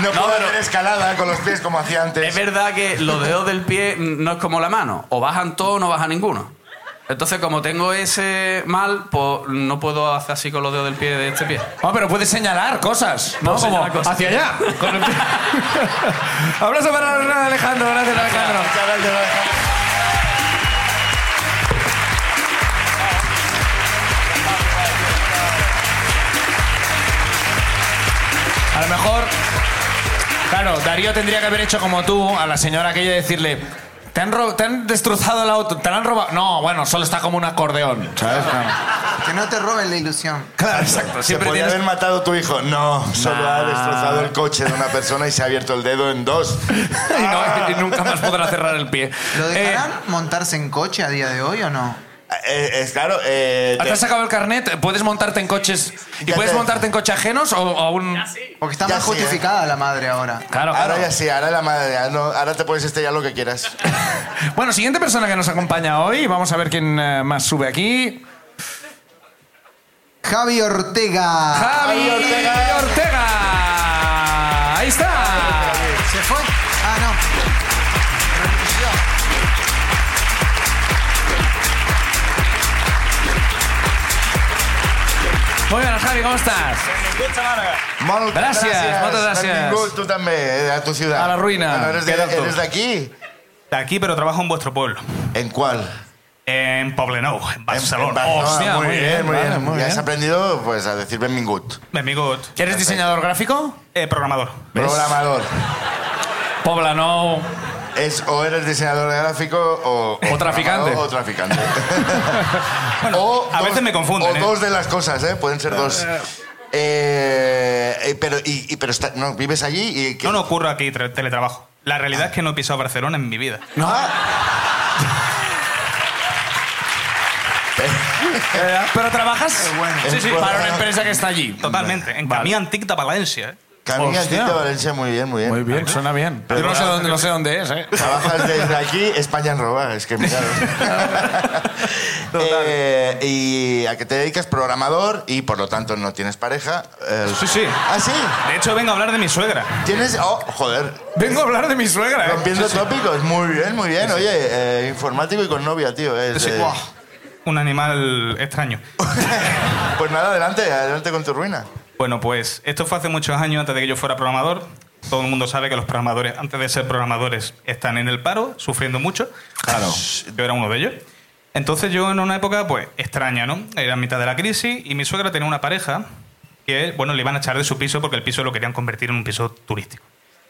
Speaker 2: No
Speaker 4: No,
Speaker 2: puedo
Speaker 4: pero-
Speaker 2: hacer escalada con los pies como hacía antes.
Speaker 4: Es verdad que los dedos del pie mm, no es como la mano. O bajan todo o no baja ninguno. Entonces, como tengo ese mal, pues no puedo hacer así con los dedos del pie de este pie.
Speaker 1: Ah, pero puedes señalar cosas, ¿no?
Speaker 4: Puedo
Speaker 1: Como
Speaker 4: señalar cosas.
Speaker 1: hacia allá. Con el- Abrazo para Alejandro, gracias Alejandro.
Speaker 2: Chaval, te lo dejo.
Speaker 1: A lo mejor, claro, Darío tendría que haber hecho como tú a la señora aquella y decirle, te han, ro- te han destrozado el auto, te la han robado. No, bueno, solo está como un acordeón, ¿sabes? Claro.
Speaker 3: Que no te roben la ilusión.
Speaker 1: Claro, exacto.
Speaker 2: Se
Speaker 1: Siempre
Speaker 2: podía
Speaker 1: tienes...
Speaker 2: haber matado tu hijo. No, solo ha destrozado el coche de una persona y se ha abierto el dedo en dos. Ah.
Speaker 1: y, no- y nunca más podrá cerrar el pie.
Speaker 3: ¿Lo
Speaker 1: Eh,
Speaker 3: dejarán montarse en coche a día de hoy o no?
Speaker 2: Eh, es claro. eh,
Speaker 1: ¿Te
Speaker 2: te-
Speaker 1: has sacado el carnet? ¿Puedes montarte en coches? ¿Y
Speaker 2: Ya
Speaker 1: puedes
Speaker 2: te-
Speaker 1: montarte en coches ajenos o, o aún...?
Speaker 3: Porque está
Speaker 2: Ya
Speaker 3: más
Speaker 2: sí, ¿eh?
Speaker 3: justificada la madre ahora.
Speaker 1: Claro, claro.
Speaker 2: ahora ya sí, ahora la madre. ya no- ahora te puedes estrellar lo que quieras.
Speaker 1: Bueno, siguiente persona que nos acompaña hoy. Vamos a ver quién eh, más sube aquí.
Speaker 3: Javi Ortega.
Speaker 1: Javi Ortega. Ahí está.
Speaker 3: ¿Se fue? Ah, no.
Speaker 1: Muy bien, Javi, ¿cómo estás?
Speaker 2: Moltes
Speaker 1: Gracias, moltes gràcies.
Speaker 2: Benvingut tu també, eh, a tu ciutat.
Speaker 1: A la ruïna.
Speaker 2: Bueno, eres de-
Speaker 1: Queda't tu.
Speaker 2: eres d'aquí?
Speaker 5: De aquí, pero trabajo en vuestro pueblo.
Speaker 2: ¿En cuál?
Speaker 5: En Poblenou, en
Speaker 2: En
Speaker 5: Barcelona. Oh,
Speaker 2: Barcelona. Ah,
Speaker 1: Hòstia,
Speaker 2: muy
Speaker 1: muy
Speaker 2: bien,
Speaker 1: bien,
Speaker 2: muy
Speaker 1: vale,
Speaker 2: bien.
Speaker 1: muy
Speaker 2: ya
Speaker 1: bien.
Speaker 2: has aprendido pues, a decir benvingut.
Speaker 5: Mi amigo,
Speaker 1: ¿Eres diseñador gráfico?
Speaker 5: eh, programador.
Speaker 2: Programador.
Speaker 1: Poblano.
Speaker 2: Es, o eres diseñador gráfico o...
Speaker 1: O traficante.
Speaker 2: programador O traficante. o
Speaker 5: a veces me confunden,
Speaker 2: O
Speaker 5: ¿eh?
Speaker 2: dos de las cosas, ¿eh? Pueden ser dos. Eh, eh, pero y, y- pero está- no, vives allí y... que-
Speaker 5: No no ocurre aquí tra- teletrabajo. La realidad es que no he pisado Barcelona en mi vida.
Speaker 2: Ah,
Speaker 1: Pero trabajas
Speaker 2: Sí, sí.
Speaker 1: para una empresa que está allí.
Speaker 5: Totalmente. En Camí Antic de Valencia. eh.
Speaker 2: Camina
Speaker 1: Hostia.
Speaker 2: de Valencia, muy bien, muy bien.
Speaker 1: Muy bien, suena bien. Yo no sé dónde, no sé dónde es, ¿eh?
Speaker 2: Trabajas desde aquí, España en roba, es que mirad. Eh, y a qué te dedicas programador y por lo tanto no tienes pareja. Eh,
Speaker 5: Sí, sí.
Speaker 2: Ah, sí.
Speaker 5: De hecho, vengo a hablar de mi suegra.
Speaker 2: Tienes. Oh, joder.
Speaker 1: Vengo a hablar de mi suegra, ¿eh?
Speaker 2: Rompiendo tópicos. Muy bien, muy bien. Oye, eh, informático y con novia, tío. es, eh,
Speaker 3: Buah.
Speaker 5: Un animal extraño.
Speaker 2: pues nada, adelante, adelante con tu ruina.
Speaker 5: Bueno, pues esto fue hace muchos años antes de que yo fuera programador. Todo el mundo sabe que los programadores, antes de ser programadores, están en el paro, sufriendo mucho.
Speaker 2: Claro.
Speaker 5: Yo era uno de ellos. Entonces yo en una época, pues, extraña, ¿no? Era en mitad de la crisis y mi suegra tenía una pareja que, bueno, le iban a echar de su piso porque el piso lo querían convertir en un piso turístico.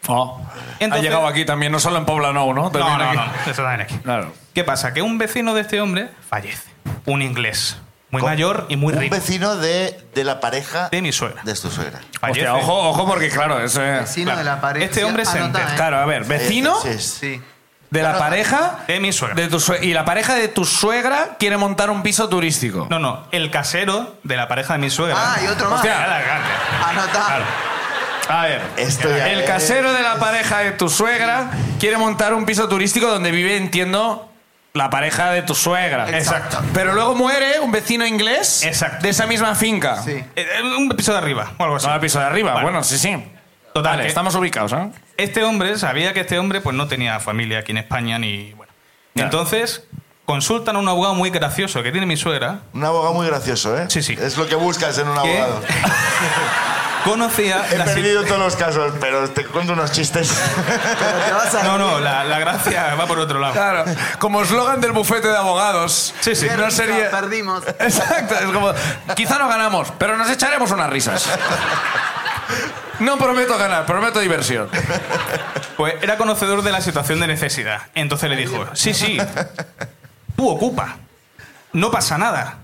Speaker 1: Oh, ha
Speaker 5: Entonces-
Speaker 1: llegado aquí también, no solo en Poblano, ¿no?
Speaker 5: No,
Speaker 1: También
Speaker 5: no,
Speaker 1: aquí.
Speaker 5: no, eso también aquí.
Speaker 1: Claro.
Speaker 5: ¿Qué pasa? Que un vecino de este hombre fallece. Un inglés. Muy
Speaker 2: Con-
Speaker 5: mayor y muy
Speaker 2: Un
Speaker 5: rico.
Speaker 2: vecino de, de la pareja
Speaker 5: De mi suegra.
Speaker 2: de tu suegra.
Speaker 5: Fallece.
Speaker 1: Hostia, ojo, ojo, porque claro, eso es...
Speaker 3: Vecino
Speaker 5: Claro.
Speaker 3: de la pared.
Speaker 5: Este hombre se
Speaker 3: Anota,
Speaker 5: entera.
Speaker 3: ¿eh?
Speaker 1: Claro, a ver, vecino
Speaker 2: Sí, Eh, sí, sí.
Speaker 3: Sí.
Speaker 1: de la pareja...
Speaker 5: De mi suegra.
Speaker 1: De tu sue- y la pareja de tu suegra quiere montar un piso turístico.
Speaker 5: No, no, el casero de la pareja de mi suegra.
Speaker 3: Ah, y otro más.
Speaker 1: Hostia.
Speaker 5: Cada grande.
Speaker 3: Anota.
Speaker 5: Claro.
Speaker 1: A ver.
Speaker 2: Esto ya
Speaker 1: el
Speaker 2: es-
Speaker 1: casero de la pareja de tu suegra quiere montar un piso turístico donde vive, entiendo, la pareja de tu suegra.
Speaker 3: Exacto.
Speaker 1: Pero luego muere un vecino inglés
Speaker 5: Exacto.
Speaker 1: de esa misma finca.
Speaker 3: Sí.
Speaker 5: Eh, eh, un piso de arriba o algo así.
Speaker 1: No el piso de arriba.
Speaker 5: Bueno.
Speaker 1: Bueno, sí, sí.
Speaker 5: Total,
Speaker 1: Vale,
Speaker 5: que-
Speaker 1: estamos ubicados, ¿eh?
Speaker 5: Este hombre sabía que este hombre pues no tenía familia aquí en España ni bueno.
Speaker 1: Ya.
Speaker 5: Entonces consultan a un abogado muy gracioso que tiene mi suegra.
Speaker 2: Un abogado muy gracioso, ¿eh?
Speaker 5: Sí, sí.
Speaker 2: Es lo que buscas en un
Speaker 5: ¿Qué?
Speaker 2: abogado.
Speaker 5: Conocía
Speaker 2: He
Speaker 5: la si-
Speaker 2: perdido todos los casos, pero te cuento unos chistes.
Speaker 3: Pero te vas a...
Speaker 5: No, no, la, la gracia va por otro lado.
Speaker 1: Claro, como eslogan del bufete de abogados.
Speaker 5: Sí, sí.
Speaker 3: Qué
Speaker 1: No
Speaker 3: risa,
Speaker 1: sería-
Speaker 3: Perdimos.
Speaker 1: Exacto, es como, quizá no ganamos, pero nos echaremos unas risas. No prometo ganar, prometo diversión.
Speaker 5: Pues era conocedor de la situación de necesidad. Entonces le dijo, sí, sí, tú ocupa. No pasa nada.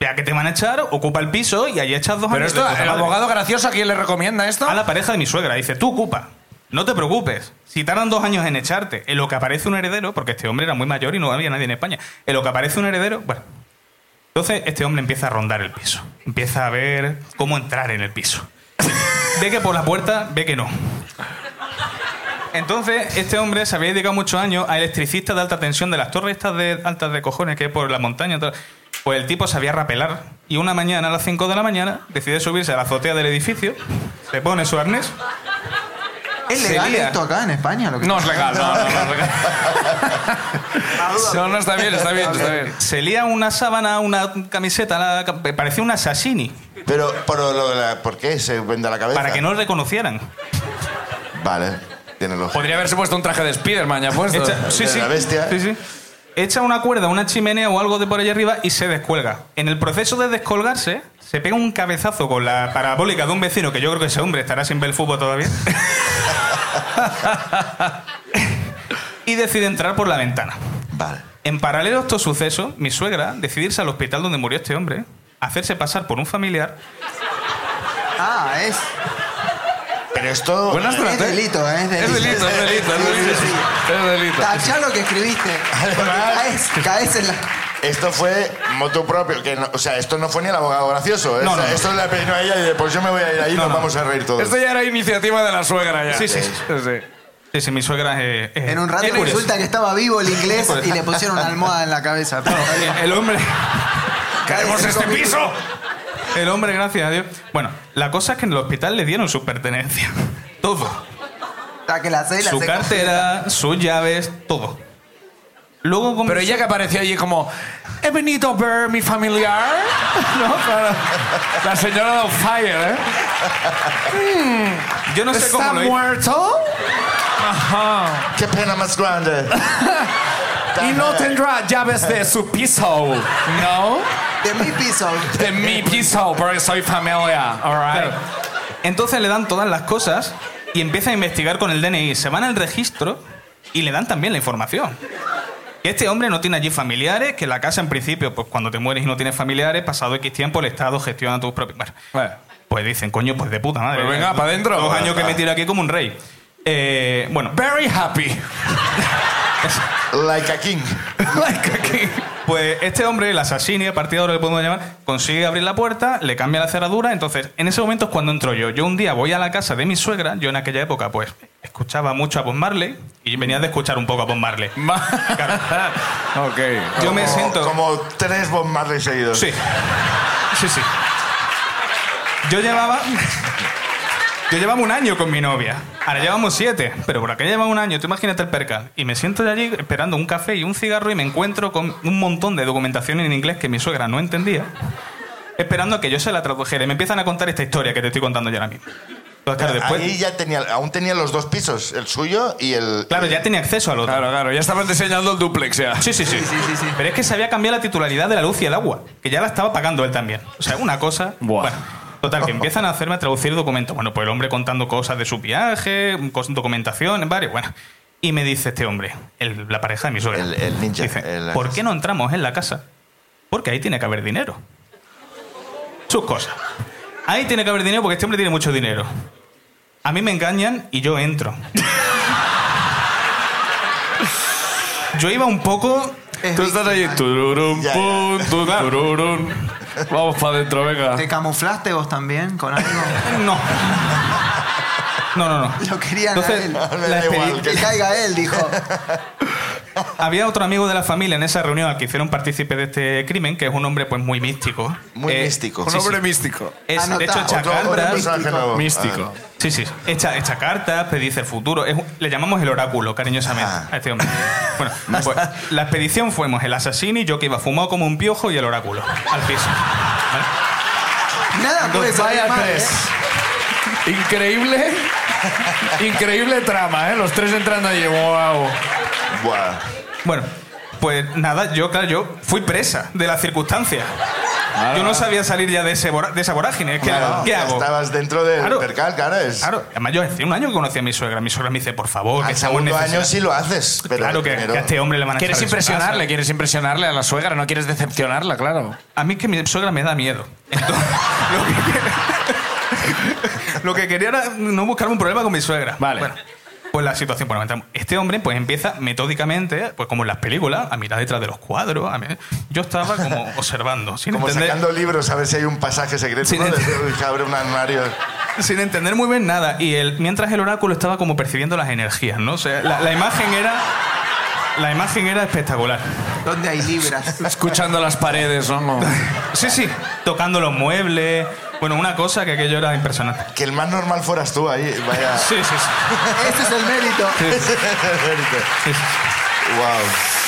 Speaker 5: Ya que te van a echar, ocupa el piso y ahí echas dos
Speaker 1: Pero
Speaker 5: años de
Speaker 1: esto,
Speaker 5: puta
Speaker 1: el
Speaker 5: madre".
Speaker 1: abogado gracioso, ¿a quién le recomienda esto?
Speaker 5: A la pareja de mi suegra, dice, tú ocupa. No te preocupes. Si tardan dos años en echarte, en lo que aparece un heredero, porque este hombre era muy mayor y no había nadie en España, en lo que aparece un heredero, bueno. Entonces este hombre empieza a rondar el piso. Empieza a ver cómo entrar en el piso. ve que por la puerta, ve que no. Entonces, este hombre se había dedicado muchos años a electricista de alta tensión de las torres estas de altas de cojones que hay por la montaña. tal. Pues el tipo sabía rapelar. Y una mañana, a las 5 de la mañana, decide subirse a la azotea del edificio, se pone su arnés.
Speaker 3: ¿Es legal
Speaker 5: Sería.
Speaker 3: esto acá en España? Lo que
Speaker 1: No es legal, no, no, no es legal.
Speaker 3: Ah, duda.
Speaker 1: No, no, está bien, está bien, está bien.
Speaker 5: Se lía una sábana, una camiseta, la ca- parecía un assassini,
Speaker 2: Pero, pero lo de la- ¿por qué se vende la cabeza?
Speaker 5: para que no lo reconocieran.
Speaker 2: Vale, tiene lógica.
Speaker 1: Podría haberse puesto un traje de Spiderman ya puesto.
Speaker 5: Echa, sí,
Speaker 2: de
Speaker 5: sí.
Speaker 2: la bestia.
Speaker 5: Sí, sí. Echa una cuerda, una chimenea o algo de por allá arriba y se descuelga. En el proceso de descolgarse, se pega un cabezazo con la parabólica de un vecino, que yo creo que ese hombre estará sin ver el fútbol todavía. y decide entrar por la ventana.
Speaker 2: Vale.
Speaker 5: En paralelo a estos sucesos, mi suegra decidirse al hospital donde murió este hombre, hacerse pasar por un familiar.
Speaker 3: Ah, es,
Speaker 2: Pero esto...
Speaker 1: Buenas
Speaker 3: es
Speaker 1: tardes.
Speaker 3: delito, ¿eh? Es delito.
Speaker 1: Es delito, es delito, es delito.
Speaker 3: Sí, sí, sí.
Speaker 1: Es delito.
Speaker 3: Tachá lo que escribiste. Porque caes, caes en la...
Speaker 2: Esto fue moto propio, que no- o sea, esto no fue ni el abogado gracioso. ¿eh?
Speaker 5: No,
Speaker 2: O sea,
Speaker 5: no, no.
Speaker 2: Esto la peinó a ella y de, pues yo me voy a ir ahí y
Speaker 5: No,
Speaker 2: nos
Speaker 5: no.
Speaker 2: vamos a reír todos.
Speaker 1: Esto ya era iniciativa de la suegra ya.
Speaker 5: Sí, sí, sí.
Speaker 1: sí.
Speaker 5: Sí, sí, mi suegra es. es-
Speaker 3: En un rato
Speaker 5: es curiosa.
Speaker 3: resulta que estaba vivo el inglés y le pusieron una almohada en la cabeza. Pero está bien.
Speaker 5: El hombre.
Speaker 1: ¡Queremos este piso!
Speaker 5: El hombre, gracias a Dios. Bueno, la cosa es que en el hospital le dieron sus pertenencias. Todo.
Speaker 3: Hasta que la C, la
Speaker 5: Su
Speaker 3: C-
Speaker 5: cartera, sus llaves, todo. Luego como
Speaker 1: Pero ella que apareció allí como... He venido a ver mi familiar. ¿No? Para- La señora de Fire, ¿eh?
Speaker 5: yo no sé
Speaker 1: ¿Está
Speaker 5: cómo lo hizo.
Speaker 1: muerto? Ajá.
Speaker 2: ¡Qué pena más grande!
Speaker 1: Y no tendrá llaves de su piso. ¿No?
Speaker 3: De mi piso.
Speaker 1: De mi piso, porque soy familia. All right.
Speaker 5: Claro. Entonces le dan todas las cosas y empieza a investigar con el DNI. Se van al registro y le dan también la información. Que este hombre no tiene allí familiares, que la casa en principio, pues cuando te mueres y no tienes familiares, pasado X tiempo el Estado gestiona tus propios... Bueno,
Speaker 1: Bueno.
Speaker 5: Pues dicen, coño, pues de puta madre.
Speaker 1: Pues venga, pa' dentro.
Speaker 5: Dos años que
Speaker 1: Ah.
Speaker 5: me tiro aquí como un rey. Eh, bueno,
Speaker 1: Very happy.
Speaker 2: eh, Like a king.
Speaker 1: like a king.
Speaker 5: pues este hombre, el asesino, a partir de ahora le podemos llamar, consigue abrir la puerta, le cambia la cerradura. Entonces, en ese momento es cuando entro yo. Yo un día voy a la casa de mi suegra. Yo en aquella época, pues, escuchaba mucho a Bob Marley y venía de escuchar un poco a Bob Marley. Claro.
Speaker 1: ok.
Speaker 5: Yo me
Speaker 2: Como-
Speaker 5: siento...
Speaker 2: Como tres Bob Marley seguidos.
Speaker 5: Sí. Sí, sí. Yo llevaba. Yo llevaba un año con mi novia. Ahora llevamos siete. Pero por aquella llevaba un año. Tú imagínate el percal. Y me siento de allí esperando un café y un cigarro y me encuentro con un montón de documentación en inglés que mi suegra no entendía. Esperando a que yo se la tradujera. Y me empiezan a contar esta historia que te estoy contando yo ahora mismo. Entonces, claro, después.
Speaker 2: Ahí ya tenía, aún tenía los dos pisos, el suyo y el...
Speaker 5: Claro, ya tenía acceso al otro.
Speaker 1: Claro, claro. Ya estaban diseñando el duplex ya.
Speaker 5: Sí, sí, sí.
Speaker 3: Sí, sí, sí, sí.
Speaker 5: Pero es que se había cambiado la titularidad de la luz y el agua, que ya la estaba pagando él también. O sea, una cosa.
Speaker 1: Buah.
Speaker 5: Bueno, total, que empiezan a hacerme a traducir documentos. Bueno, pues el hombre contando cosas de su viaje, cos- documentación, varios. Bueno, y me dice este hombre, el- la pareja de mi suegra.
Speaker 2: El- el ninja,
Speaker 5: Dice,
Speaker 2: el-
Speaker 5: ¿por qué no entramos en la casa? Porque ahí tiene que haber dinero. Sus cosas. Ahí tiene que haber dinero porque este hombre tiene mucho dinero. A mí me engañan y yo entro. Yo iba un poco
Speaker 3: Es
Speaker 1: Tú estás
Speaker 3: víctima.
Speaker 1: ahí. Tururun,
Speaker 2: Ya, ya.
Speaker 1: pum, tu, tururun. Vamos para adentro, venga.
Speaker 3: ¿Te camuflaste vos también con algo?
Speaker 5: No. No, no, no.
Speaker 3: Lo querían a
Speaker 5: Entonces,
Speaker 3: él.
Speaker 2: Me
Speaker 5: la
Speaker 2: da
Speaker 5: expedi-
Speaker 2: igual.
Speaker 3: Que caiga él, dijo.
Speaker 5: Había otro amigo de la familia en esa reunión al que hicieron partícipe de este crimen, que es un hombre pues muy místico. Eh,
Speaker 2: Muy místico.
Speaker 1: Un
Speaker 2: Sí,
Speaker 1: hombre místico.
Speaker 5: Es, de
Speaker 3: Anotado.
Speaker 5: hecho, echa
Speaker 2: Otro- otro
Speaker 5: cartas.
Speaker 2: personaje nuevo. Ah.
Speaker 1: Místico.
Speaker 5: Sí, sí. Echa, echa cartas, predice el futuro. Es un- le llamamos el oráculo, cariñosamente,
Speaker 2: Ah.
Speaker 5: a este hombre. Bueno, pues la expedición fuimos el asesino y yo que iba fumado como un piojo y el oráculo al piso. ¿Vale?
Speaker 3: Nada puede
Speaker 2: Pues,
Speaker 3: salir mal, ¿eh?
Speaker 2: ¿eh?
Speaker 1: Increíble. Increíble trama, ¿eh? Los tres entrando allí. ¡Wow!
Speaker 2: Ah, buah.
Speaker 5: Bueno, pues nada, yo, claro, yo fui presa de las circunstancias. Yo no sabía salir ya de, ese vora- de esa vorágine. ¿Qué,
Speaker 2: Ah. Claro,
Speaker 5: hago? ¿Qué
Speaker 2: ya
Speaker 5: hago?
Speaker 2: Estabas dentro del
Speaker 5: Claro.
Speaker 2: percal, claro. Es,
Speaker 5: Claro, además yo hace un año que conocí a mi suegra. Mi suegra me dice, por favor, que
Speaker 2: al
Speaker 5: estamos
Speaker 2: segundo año
Speaker 5: necesitados.
Speaker 2: sí lo haces. Pero
Speaker 5: Claro,
Speaker 2: el
Speaker 5: que,
Speaker 2: primero-
Speaker 5: que a este hombre le van a
Speaker 1: Quieres
Speaker 5: echar de su casa.
Speaker 1: impresionarle, quieres impresionarle a la suegra, no quieres decepcionarla, claro.
Speaker 5: A mí es que mi suegra me da miedo. Entonces, lo, que quería, lo que quería era no buscarme un problema con mi suegra.
Speaker 1: Vale.
Speaker 5: Bueno, pues la situación, bueno, entramos. este hombre pues empieza metódicamente, pues como en las películas, a mirar detrás de los cuadros. a mirar- Yo estaba como observando, sin
Speaker 2: Como
Speaker 5: entender,
Speaker 2: sacando libros a ver si hay un pasaje secreto.
Speaker 5: Sí,
Speaker 2: ¿no?
Speaker 5: no-
Speaker 2: Desde- uy, que abre un armario.
Speaker 5: sin entender muy bien nada. Y el, mientras el oráculo estaba como percibiendo las energías, ¿no? O sea, la, la imagen era, la imagen era espectacular.
Speaker 3: ¿Dónde hay libras?
Speaker 1: Escuchando las paredes, ¿no? Como-
Speaker 5: Sí, sí, tocando los muebles. Bueno, una cosa que aquello era impresionante.
Speaker 2: Que el más normal fueras tú ahí. Vaya.
Speaker 5: Sí, sí, sí.
Speaker 3: Ese es el mérito.
Speaker 5: sí, sí.
Speaker 2: wow.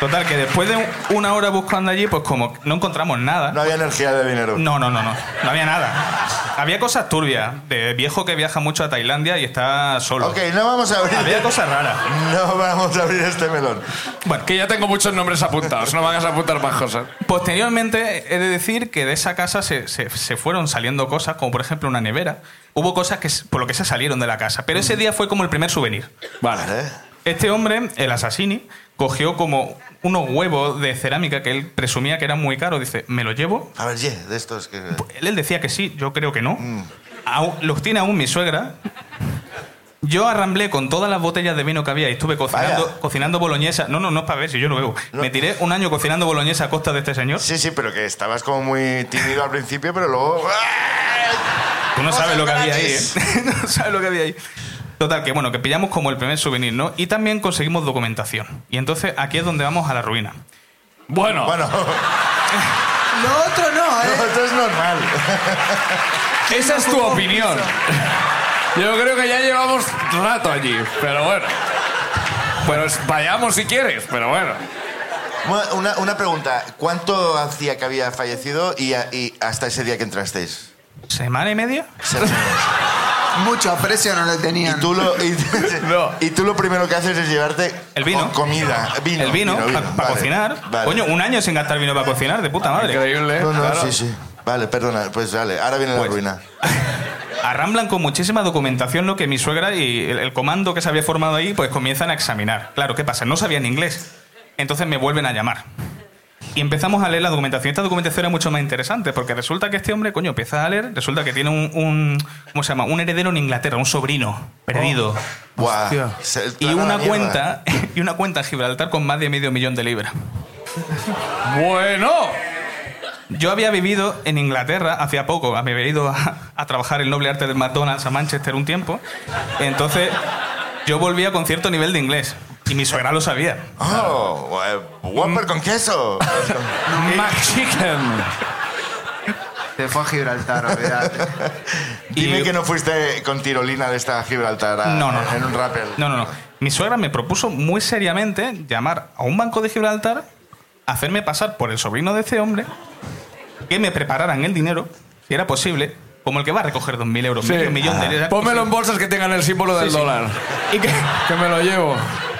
Speaker 5: Total, que después de una hora buscando allí, pues como no encontramos nada.
Speaker 2: No había energía de dinero.
Speaker 5: No, no, no, no. No había nada. Había cosas turbias, de viejo que viaja mucho a Tailandia y está solo.
Speaker 2: Ok, no vamos a abrir.
Speaker 5: Había cosas raras.
Speaker 2: No vamos a abrir este melón.
Speaker 5: Bueno,
Speaker 1: Que ya tengo muchos nombres apuntados, no van a apuntar más cosas.
Speaker 5: posteriormente he de decir que de esa casa se, se- se fueron saliendo cosas, como por ejemplo una nevera. Hubo cosas que, s- por lo que se salieron de la casa, pero ese día fue como el primer souvenir.
Speaker 1: Vale.
Speaker 5: Este hombre, el asesini, cogió como unos huevos de cerámica que él presumía que eran muy caros. Dice, me los llevo
Speaker 2: A ver, ye, de estos que.
Speaker 5: Él, él decía que sí, yo creo que no.
Speaker 2: Mm.
Speaker 5: Aún- los tiene aún mi suegra. Yo arramblé con todas las botellas de vino que había y estuve cocinando,
Speaker 2: Vaya.
Speaker 5: cocinando boloñesa. No, no, no es para ver si yo no bebo.
Speaker 2: No.
Speaker 5: Me tiré un año cocinando boloñesa a costa de este señor.
Speaker 2: Sí, sí, pero que estabas como muy tímido al principio, pero luego. ¡ah!
Speaker 5: Tú no sabes lo que había ahí,
Speaker 2: Cosas
Speaker 5: ¿eh? no sabes lo que había ahí. Total, que bueno, que pillamos como el primer souvenir, ¿no? Y también conseguimos documentación. Y entonces aquí es donde vamos a la ruina.
Speaker 1: Bueno,
Speaker 2: Bueno,
Speaker 3: Lo otro no, ¿eh?
Speaker 2: esto es normal.
Speaker 1: esa es tu opinión. Yo creo que ya llevamos rato allí, pero bueno. Bueno, es- vayamos si quieres, pero bueno.
Speaker 2: Bueno, Una, una pregunta. ¿Cuánto hacía que había fallecido y, a- y hasta ese día que entrasteis?
Speaker 5: ¿Semana y media?
Speaker 3: Mucho aprecio no lo
Speaker 2: Y
Speaker 3: tenían.
Speaker 2: tú lo, y,
Speaker 5: No.
Speaker 2: y tú lo primero que haces es llevarte
Speaker 5: El vino.
Speaker 2: co- comida, vino.
Speaker 5: el vino, para
Speaker 2: Vale,
Speaker 5: cocinar.
Speaker 2: vale. Ah,
Speaker 5: Coño, un año sin gastar vino para cocinar, de puta madre.
Speaker 1: Increíble. ¿eh?
Speaker 2: No, no,
Speaker 1: Claro.
Speaker 2: sí, sí. Vale, perdona, pues vale, ahora viene la
Speaker 5: Pues.
Speaker 2: ruina.
Speaker 5: Arramblan con muchísima documentación lo que mi suegra y el, el comando que se había formado ahí, pues comienzan a examinar. Claro, ¿qué pasa? No sabían inglés. Entonces me vuelven a llamar. Y empezamos a leer la documentación. Esta documentación era mucho más interesante porque resulta que este hombre, coño, empieza a leer, resulta que tiene un, un- ¿cómo se llama? Un heredero en Inglaterra, un sobrino perdido.
Speaker 2: Buah,
Speaker 1: Hostia.
Speaker 2: se-
Speaker 5: Y
Speaker 2: claro, Oh, la
Speaker 5: una
Speaker 2: mierda.
Speaker 5: cuenta, y una cuenta en Gibraltar con más de medio millón de libras.
Speaker 1: Bueno.
Speaker 5: Yo había vivido en Inglaterra hacía poco, había ido a, a trabajar el noble arte del McDonald's a Manchester un tiempo. Entonces, yo volvía con cierto nivel de inglés. Y mi suegra lo sabía.
Speaker 2: Oh, guau, Whopper con queso.
Speaker 1: McChicken.
Speaker 3: Te fue a Gibraltar, olvídate.
Speaker 2: Dime
Speaker 5: Y-
Speaker 2: que no fuiste con tirolina de esta Gibraltar a-
Speaker 5: No, no, no.
Speaker 2: en un rappel.
Speaker 5: No, no, no. Mi suegra me propuso muy seriamente llamar a un banco de Gibraltar, hacerme pasar por el sobrino de este hombre, que me prepararan el dinero, si era posible, como el que va a recoger 2.000 euros, medio millón de euros.
Speaker 1: Ah, Pónmelo en bolsas que tengan el símbolo del
Speaker 5: Sí, sí.
Speaker 1: dólar.
Speaker 5: Y que,
Speaker 1: Que me lo llevo.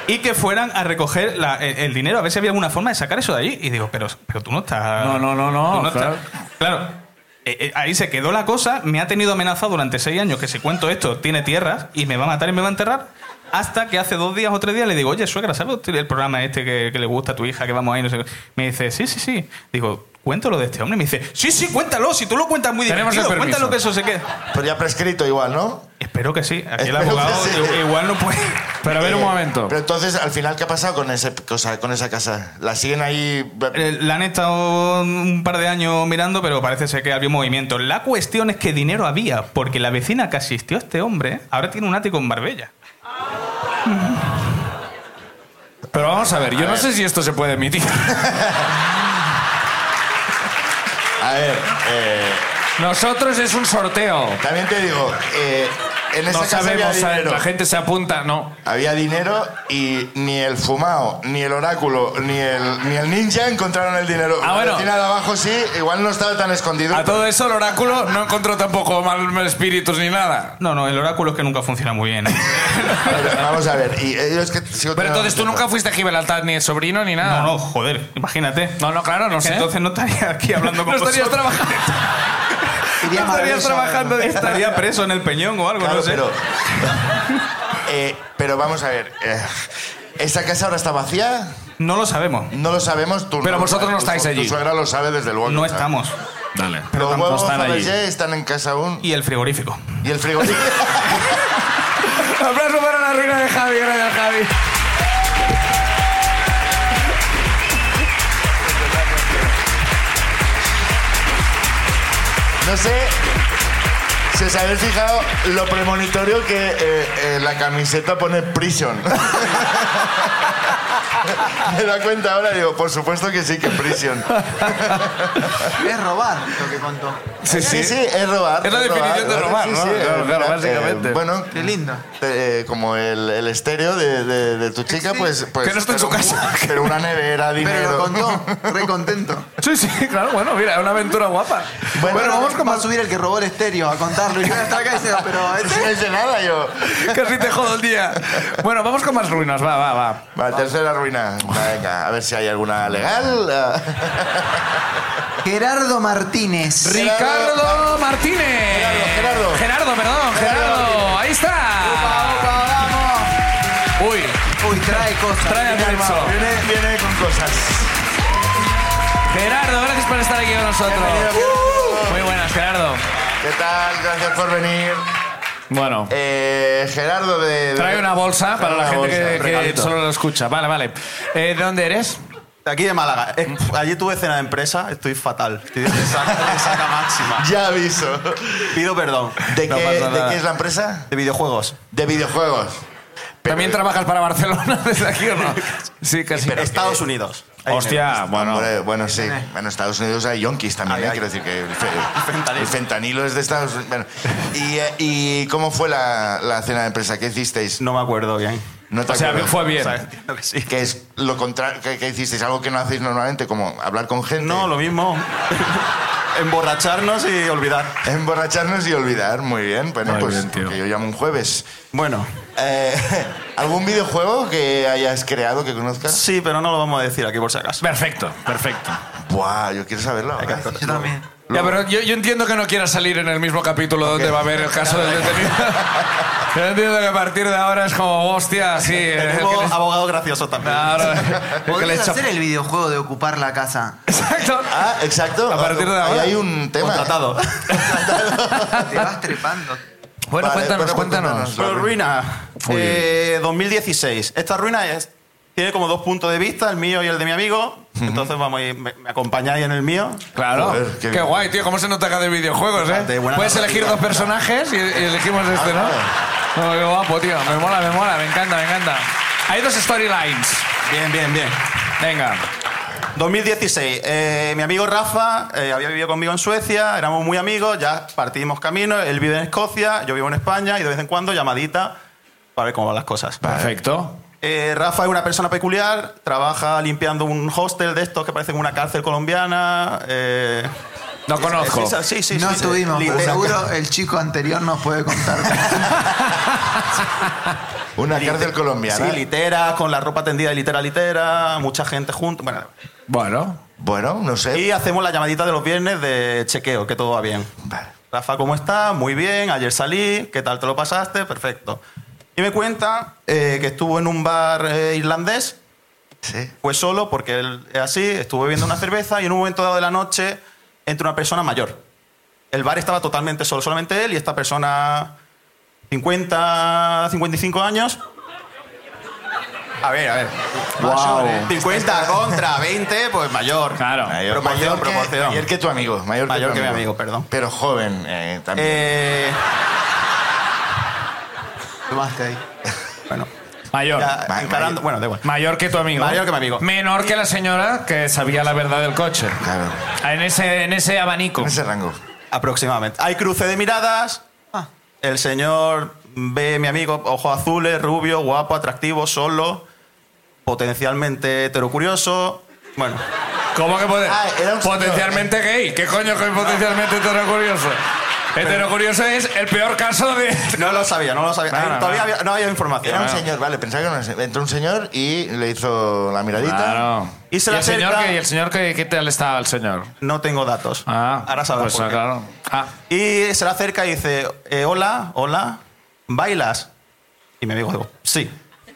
Speaker 5: y que fueran a recoger la- el, el dinero, a ver si había alguna forma de sacar eso de allí. Y digo, pero, pero tú no estás.
Speaker 1: No, no, no, no,
Speaker 5: tú
Speaker 1: claro.
Speaker 5: estás- Claro. Eh, eh, ahí se quedó la cosa. Me ha tenido amenazado durante seis años que si cuento esto, tiene tierras y me va a matar y me va a enterrar. Hasta que hace dos días o tres días le digo, oye, suegra, ¿sabes usted el programa este que, que le gusta a tu hija, que vamos ahí? No sé qué? Me dice, sí, sí, sí. Digo, cuéntalo de este hombre. Y me dice, sí, sí, cuéntalo. Si tú lo cuentas muy
Speaker 1: Tenemos el
Speaker 5: divertido,
Speaker 1: permiso.
Speaker 5: cuéntalo que eso se qué.
Speaker 2: Pero ya prescrito igual, ¿no?
Speaker 5: Espero que sí. Aquí el
Speaker 2: Espero que
Speaker 5: abogado
Speaker 2: sí.
Speaker 5: igual no puede...
Speaker 1: Pero a ver un
Speaker 2: Eh,
Speaker 1: momento.
Speaker 2: Pero entonces, al final, ¿qué ha pasado con, ese, cosa, con esa casa? ¿La siguen ahí?
Speaker 5: Eh, La han estado un par de años mirando, pero parece ser que había un movimiento. La cuestión es que dinero había, porque la vecina que asistió a este hombre ahora tiene un ático en Marbella.
Speaker 1: Pero vamos a ver, yo
Speaker 2: A
Speaker 1: no
Speaker 2: ver.
Speaker 1: sé si esto se puede emitir.
Speaker 2: A ver, eh,
Speaker 1: Nosotros es un sorteo.
Speaker 2: también te digo, eh, en esa
Speaker 1: No
Speaker 2: casa había
Speaker 1: sabemos, ¿sabes?
Speaker 2: dinero.
Speaker 1: la gente se apunta, no.
Speaker 2: Había dinero y ni el fumado, ni el oráculo, ni el, ni el ninja encontraron el dinero.
Speaker 1: Ah, bueno.
Speaker 2: La vecina de abajo sí, igual no estaba tan escondido.
Speaker 1: A todo eso el oráculo no encontró tampoco mal espíritus ni nada.
Speaker 6: No, no, el oráculo es que nunca funciona muy bien. ¿eh?
Speaker 2: Pero Vamos a ver. Y ellos que
Speaker 1: Pero
Speaker 2: sigo teniendo-
Speaker 1: entonces tú nunca fuiste a Gibraltar ni el sobrino ni nada.
Speaker 6: No, no, joder, imagínate.
Speaker 1: no, no, claro, Ah. no sé.
Speaker 6: Entonces no estaría aquí hablando con
Speaker 1: no estarías
Speaker 6: vosotros.
Speaker 1: trabajando.
Speaker 3: Iría
Speaker 1: No estarías
Speaker 3: maravilloso.
Speaker 1: trabajando de esta.
Speaker 6: Estaría preso en el peñón o algo,
Speaker 2: Claro,
Speaker 6: no sé.
Speaker 2: pero. Eh, pero vamos a ver. eh, ¿Esa casa ahora está vacía?
Speaker 6: No lo sabemos.
Speaker 2: No lo sabemos. Tú
Speaker 1: Pero vosotros no
Speaker 2: tu-
Speaker 1: estáis
Speaker 2: tu
Speaker 1: allí.
Speaker 2: suegra lo sabe desde luego.
Speaker 6: No
Speaker 2: lo sabe.
Speaker 6: estamos.
Speaker 1: Dale.
Speaker 2: Los
Speaker 1: tampoco
Speaker 2: huevos
Speaker 1: están allí.
Speaker 2: Fabergé están en casa aún.
Speaker 6: Y el frigorífico.
Speaker 2: Y el frigorífico.
Speaker 1: Aplauso para la ruina de Javi, gracias Javi.
Speaker 2: No sé si os habéis fijado lo premonitorio que eh, eh, la camiseta pone prison. Me da cuenta ahora, digo, por supuesto que sí, que prison.
Speaker 3: Es robar lo que contó.
Speaker 1: Sí,
Speaker 2: Sí, sí, es robar.
Speaker 1: Es la definición de robar, ¿no? Claro,
Speaker 2: eh,
Speaker 1: claro,
Speaker 2: eh,
Speaker 1: básicamente.
Speaker 2: bueno,
Speaker 3: Qué lindo.
Speaker 2: te- eh, como el, el estéreo de, de- de tu chica, pues, pues.
Speaker 1: Que no está en su
Speaker 2: pero
Speaker 1: casa.
Speaker 2: un- Pero una nevera,
Speaker 3: Pero lo
Speaker 2: dinero.
Speaker 3: contó, re contento.
Speaker 1: Sí, sí, claro, bueno, mira, una aventura guapa.
Speaker 2: Bueno,
Speaker 3: Bueno, vamos
Speaker 2: vamos
Speaker 3: como a subir el que robó el estéreo a contarlo. Y yo estaba acá diciendo, pero
Speaker 2: Sí, No
Speaker 3: este
Speaker 2: hice nada yo.
Speaker 1: Casi te jodo el día. Bueno, vamos con más ruinas, va, va, va.
Speaker 2: Vale, tercera ruina. Venga, a ver si hay alguna legal.
Speaker 3: Gerardo Martínez.
Speaker 1: Ricardo Martínez.
Speaker 2: Gerardo, Gerardo.
Speaker 1: Gerardo, perdón, Gerardo. Ahí está. Uy,
Speaker 3: Uy, trae cosas.
Speaker 1: trae al pulso.
Speaker 2: Viene, viene con cosas.
Speaker 1: Gerardo, gracias por estar aquí con nosotros.
Speaker 2: Bienvenido,
Speaker 1: Muy buenas, Gerardo.
Speaker 2: ¿Qué tal? Gracias por venir.
Speaker 1: Bueno.
Speaker 2: Eh, Gerardo de, de-
Speaker 1: Trae una bolsa para
Speaker 2: Trae
Speaker 1: la
Speaker 2: una
Speaker 1: gente
Speaker 2: bolsa,
Speaker 1: que-
Speaker 2: un
Speaker 1: que,
Speaker 2: regalito.
Speaker 1: solo lo escucha. Vale, vale. Eh, ¿De dónde eres?
Speaker 5: De Aquí de Málaga. Es- Allí tuve cena de empresa, estoy fatal. Estoy de resaca, resaca máxima.
Speaker 2: Ya aviso.
Speaker 5: Pido perdón.
Speaker 2: ¿De,
Speaker 1: No
Speaker 2: qué,
Speaker 1: pasa
Speaker 2: de
Speaker 1: nada.
Speaker 2: qué es la empresa?
Speaker 5: De videojuegos.
Speaker 2: De videojuegos. Pero-
Speaker 1: ¿También trabajas para Barcelona desde aquí o no? Sí, casi.
Speaker 5: Estados Unidos. Ahí
Speaker 1: Hostia, Ah, bueno.
Speaker 2: ¿eh? Hombre, bueno, sí. En Estados Unidos hay yonkis también,
Speaker 5: Hay
Speaker 2: ¿eh?
Speaker 5: yonkis.
Speaker 2: quiero decir que el, fe-
Speaker 5: fentanilo.
Speaker 2: el fentanilo es de Estados Unidos. Bueno, y, eh, ¿Y cómo fue la, la cena de empresa? ¿Qué hicisteis?
Speaker 5: No me acuerdo bien.
Speaker 2: No te
Speaker 1: O sea,
Speaker 2: acuerdas.
Speaker 1: fue bien.
Speaker 5: O sea, entiendo que sí.
Speaker 2: Que es lo contrario, que, que hicisteis algo que no hacéis normalmente, como hablar con gente.
Speaker 5: No, lo mismo. Emborracharnos y olvidar.
Speaker 2: Emborracharnos y olvidar, muy bien. Bueno,
Speaker 1: Muy
Speaker 2: pues
Speaker 1: bien, tío.
Speaker 2: que yo llamo un jueves.
Speaker 5: Bueno,
Speaker 2: Eh, ¿Algún videojuego que hayas creado, que conozcas?
Speaker 5: sí, pero no lo vamos a decir aquí por si acaso.
Speaker 1: Perfecto, perfecto.
Speaker 2: Buah, yo quiero saberlo. ¿eh? ahora.
Speaker 3: Yo también.
Speaker 1: Ya, pero yo, yo entiendo que no quiera salir en el mismo capítulo donde va a haber el caso del detenido. yo entiendo que a partir de ahora es como, hostia, sí. eh, que
Speaker 5: Tenemos
Speaker 1: les-
Speaker 5: abogado gracioso también.
Speaker 1: Ahora, eh, que le
Speaker 3: Podrías
Speaker 1: echa-
Speaker 3: hacer el videojuego de ocupar la casa.
Speaker 1: Exacto.
Speaker 2: Ah, exacto.
Speaker 1: A partir de
Speaker 2: Ahí
Speaker 1: ahora.
Speaker 2: hay un tema. ¿eh?
Speaker 5: Contratado.
Speaker 3: Te vas trepando.
Speaker 1: Bueno,
Speaker 2: Vale,
Speaker 1: cuéntanos,
Speaker 2: bueno, pues
Speaker 1: cuéntanos.
Speaker 5: Bueno, ruina.
Speaker 1: Uy.
Speaker 5: Eh, 2016. Esta ruina es, tiene como dos puntos de vista, el mío y el de mi amigo. Entonces vamos a ir, me, me acompañáis en el mío.
Speaker 1: Claro.
Speaker 2: Joder,
Speaker 1: qué
Speaker 2: qué-
Speaker 1: guay, tío. ¿Cómo se nota que de videojuegos, eh?
Speaker 5: Fíjate, buena
Speaker 1: Puedes elegir dos
Speaker 5: narrativa.
Speaker 1: personajes y, y elegimos este, ¿no? No, qué guapo, tío. Me mola, me mola. Me encanta, me encanta. Hay dos storylines.
Speaker 5: Bien, bien, bien.
Speaker 1: Venga.
Speaker 5: 2016. eh, mi amigo Rafa eh, había vivido conmigo en Suecia, éramos muy amigos, ya partimos camino. Él vive en Escocia, yo vivo en España y de vez en cuando llamadita para ver cómo van las cosas.
Speaker 1: Perfecto.
Speaker 5: Eh, Rafa es una persona peculiar, trabaja limpiando un hostel de estos que parece como una cárcel colombiana. eh,
Speaker 1: No conozco.
Speaker 5: sí, sí, sí,
Speaker 3: no
Speaker 5: sí,
Speaker 3: estuvimos,
Speaker 5: sí,
Speaker 3: pero
Speaker 5: literal-
Speaker 3: seguro el chico anterior nos puede contar.
Speaker 2: Una cárcel colombiana.
Speaker 5: Sí, litera, con la ropa tendida de litera a litera, mucha gente junto. Bueno,
Speaker 1: Bueno.
Speaker 2: bueno, no sé.
Speaker 3: Eh.
Speaker 5: y hacemos la llamadita de los viernes de chequeo, que todo va bien.
Speaker 2: Vale.
Speaker 5: Rafa, ¿cómo estás? Muy bien, ayer salí, ¿qué tal te lo pasaste? Perfecto. Y me cuenta eh, que estuvo en un bar eh, irlandés,
Speaker 2: Sí.
Speaker 5: pues solo, porque él es así, estuvo bebiendo una cerveza y en un momento dado de la noche entra una persona mayor. El bar estaba totalmente solo, solamente él y esta persona 50, 55 años. A ver, a ver.
Speaker 1: Wow.
Speaker 5: 50 contra 20, pues mayor.
Speaker 1: Claro.
Speaker 5: Pero mayor
Speaker 2: que-
Speaker 5: proporción.
Speaker 2: mayor que tu amigo. Mayor,
Speaker 5: Mayor
Speaker 2: tu
Speaker 5: que mi amigo, perdón.
Speaker 2: Pero joven eh, también.
Speaker 5: Eh,
Speaker 3: Tomaste ahí.
Speaker 5: bueno.
Speaker 1: Mayor.
Speaker 7: Ya,
Speaker 2: Ma-
Speaker 7: encarando,
Speaker 2: mayor.
Speaker 7: bueno, da igual.
Speaker 1: Mayor que tu amigo.
Speaker 7: Mayor que mi amigo.
Speaker 1: Menor que la señora que sabía la verdad del coche.
Speaker 2: Claro.
Speaker 1: En ese, en ese abanico.
Speaker 2: En ese rango.
Speaker 7: Aproximadamente. Hay cruce de miradas. El señor ve mi amigo, ojos azules, rubio, guapo, atractivo, solo, potencialmente heterocurioso. Bueno,
Speaker 1: ¿Cómo que puede?
Speaker 2: Ah, era un señor.
Speaker 1: potencialmente gay? ¿Qué coño que es potencialmente heterocurioso? Heterocurioso es el peor caso de.
Speaker 7: no lo sabía, no lo sabía.
Speaker 1: Claro,
Speaker 7: Todavía
Speaker 1: claro.
Speaker 7: había- no había información.
Speaker 2: Era un señor, vale, pensaba que era un señor. Entró un señor y le hizo la miradita.
Speaker 1: Claro.
Speaker 7: Y se le
Speaker 1: el señor,
Speaker 7: acerca-
Speaker 1: que, y el señor que, ¿qué tal estaba el señor?
Speaker 7: No tengo datos.
Speaker 1: Ah,
Speaker 7: Ahora sabrás
Speaker 1: Pues
Speaker 7: por
Speaker 1: ah,
Speaker 7: qué.
Speaker 1: claro. Ah,
Speaker 7: Y se le acerca y dice, eh, hola, hola, ¿bailas? Y mi amigo dijo, sí.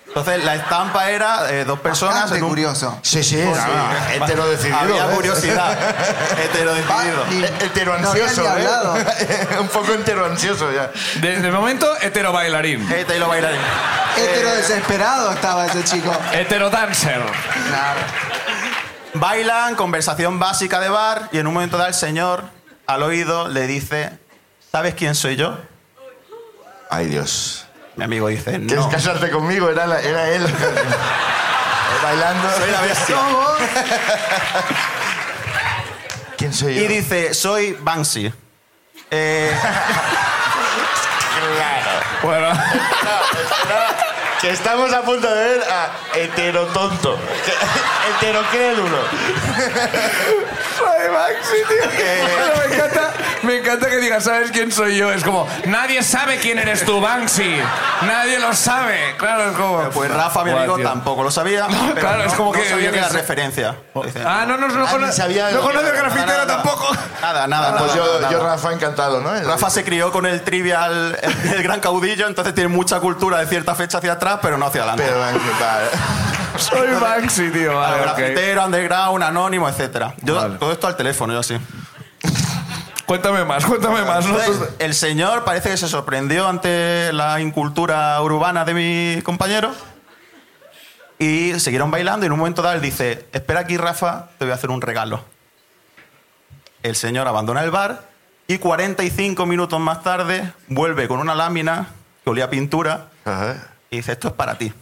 Speaker 7: Entonces la estampa era eh, dos personas
Speaker 3: Bastante
Speaker 7: en un...
Speaker 3: curioso.
Speaker 2: Sí, sí,
Speaker 7: Sí,
Speaker 2: sí. Hetero decidido.
Speaker 7: Había
Speaker 2: ¿eh?
Speaker 7: curiosidad. hetero decidido.
Speaker 3: Ni-
Speaker 2: Eh, Heteroansioso,
Speaker 3: no habían ni hablado.
Speaker 2: ¿eh? Un poco heteroansioso ya.
Speaker 1: desde el momento, hetero bailarín.
Speaker 7: Hetero bailarín. Eh.
Speaker 3: Hetero desesperado estaba ese chico.
Speaker 1: Hetero dancer.
Speaker 3: Claro.
Speaker 7: Bailan, conversación básica de bar, y en un momento dado el señor, al oído, le dice, ¿sabes quién soy yo?
Speaker 2: Ay, Dios.
Speaker 7: Mi amigo dice,
Speaker 2: ¿Quieres
Speaker 7: no.
Speaker 2: casarte conmigo? Era, la- era él. Bailando.
Speaker 7: Soy la bestia.
Speaker 2: ¿Quién soy yo?
Speaker 7: Y dice, soy Banksy. Eh,
Speaker 2: Claro.
Speaker 1: Bueno,
Speaker 2: Que estamos a punto de ver a heterotonto. Heterocrédulo.
Speaker 7: Eh.
Speaker 1: me encanta, me encanta que digas, ¿sabes quién soy yo? Es como, nadie sabe quién eres tú, Banksy. Nadie lo sabe. Claro, es como.
Speaker 7: pues Rafa, mi
Speaker 1: Buah,
Speaker 7: amigo,
Speaker 1: tío.
Speaker 7: tampoco lo sabía. pero
Speaker 1: claro, es como
Speaker 7: no
Speaker 1: que yo
Speaker 7: sabía
Speaker 1: qué
Speaker 7: que la
Speaker 1: sé.
Speaker 7: referencia. Dice,
Speaker 1: Ah, no, no, no,
Speaker 2: Ah,
Speaker 1: cono-
Speaker 2: ni sabía
Speaker 1: no
Speaker 2: lo que
Speaker 1: conoce
Speaker 2: era.
Speaker 1: el grafitero
Speaker 7: Nada, nada.
Speaker 1: tampoco.
Speaker 7: Nada, nada.
Speaker 2: Pues
Speaker 7: nada,
Speaker 2: yo,
Speaker 7: nada.
Speaker 2: yo, Rafa, encantado, ¿no?
Speaker 7: Rafa se crió con el trivial, el, el gran caudillo, entonces tiene mucha cultura de cierta fecha hacia atrás, pero no hacia adelante.
Speaker 2: Pero eh, vale.
Speaker 1: Soy Banksy, tío. Vale, ok.
Speaker 7: grafitero, underground, anónimo, etcétera. Yo,
Speaker 1: Vale.
Speaker 7: Todo esto al teléfono, yo así.
Speaker 1: Cuéntame más, cuéntame más. ¿no?
Speaker 7: Entonces, el señor parece que se sorprendió ante la incultura urbana de mi compañero y siguieron bailando y en un momento dado él dice, espera aquí Rafa, te voy a hacer un regalo. El señor abandona el bar y 45 minutos más tarde vuelve con una lámina que olía a pintura y dice, esto es para ti.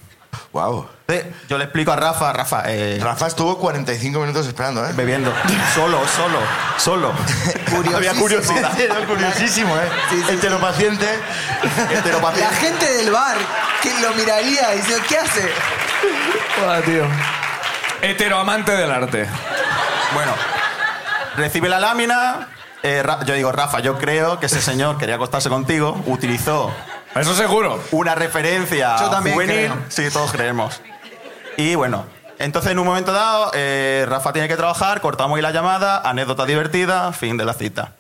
Speaker 2: Wow.
Speaker 7: Entonces, yo le explico a Rafa, Rafa, eh,
Speaker 2: Rafa estuvo 45 minutos esperando, ¿eh?
Speaker 7: bebiendo, solo, solo, solo. Había curiosidad.
Speaker 2: Era curiosísimo, ¿eh?
Speaker 3: Sí, sí, sí.
Speaker 2: Heteropaciente. este
Speaker 3: La
Speaker 2: Heteropaciente.
Speaker 3: gente del bar que lo miraría y dice, ¿qué hace?
Speaker 1: Hola, tío. Heteroamante del arte.
Speaker 7: Bueno, recibe la lámina. eh, Ra- yo digo, Rafa, yo creo que ese señor quería acostarse contigo. Utilizó
Speaker 1: Eso seguro.
Speaker 7: una referencia
Speaker 3: Yo también
Speaker 7: juvenil.
Speaker 3: creo.
Speaker 7: Sí, todos creemos. Y bueno, entonces en un momento dado, eh, Rafa tiene que trabajar, cortamos ahí la llamada, anécdota divertida, fin de la cita.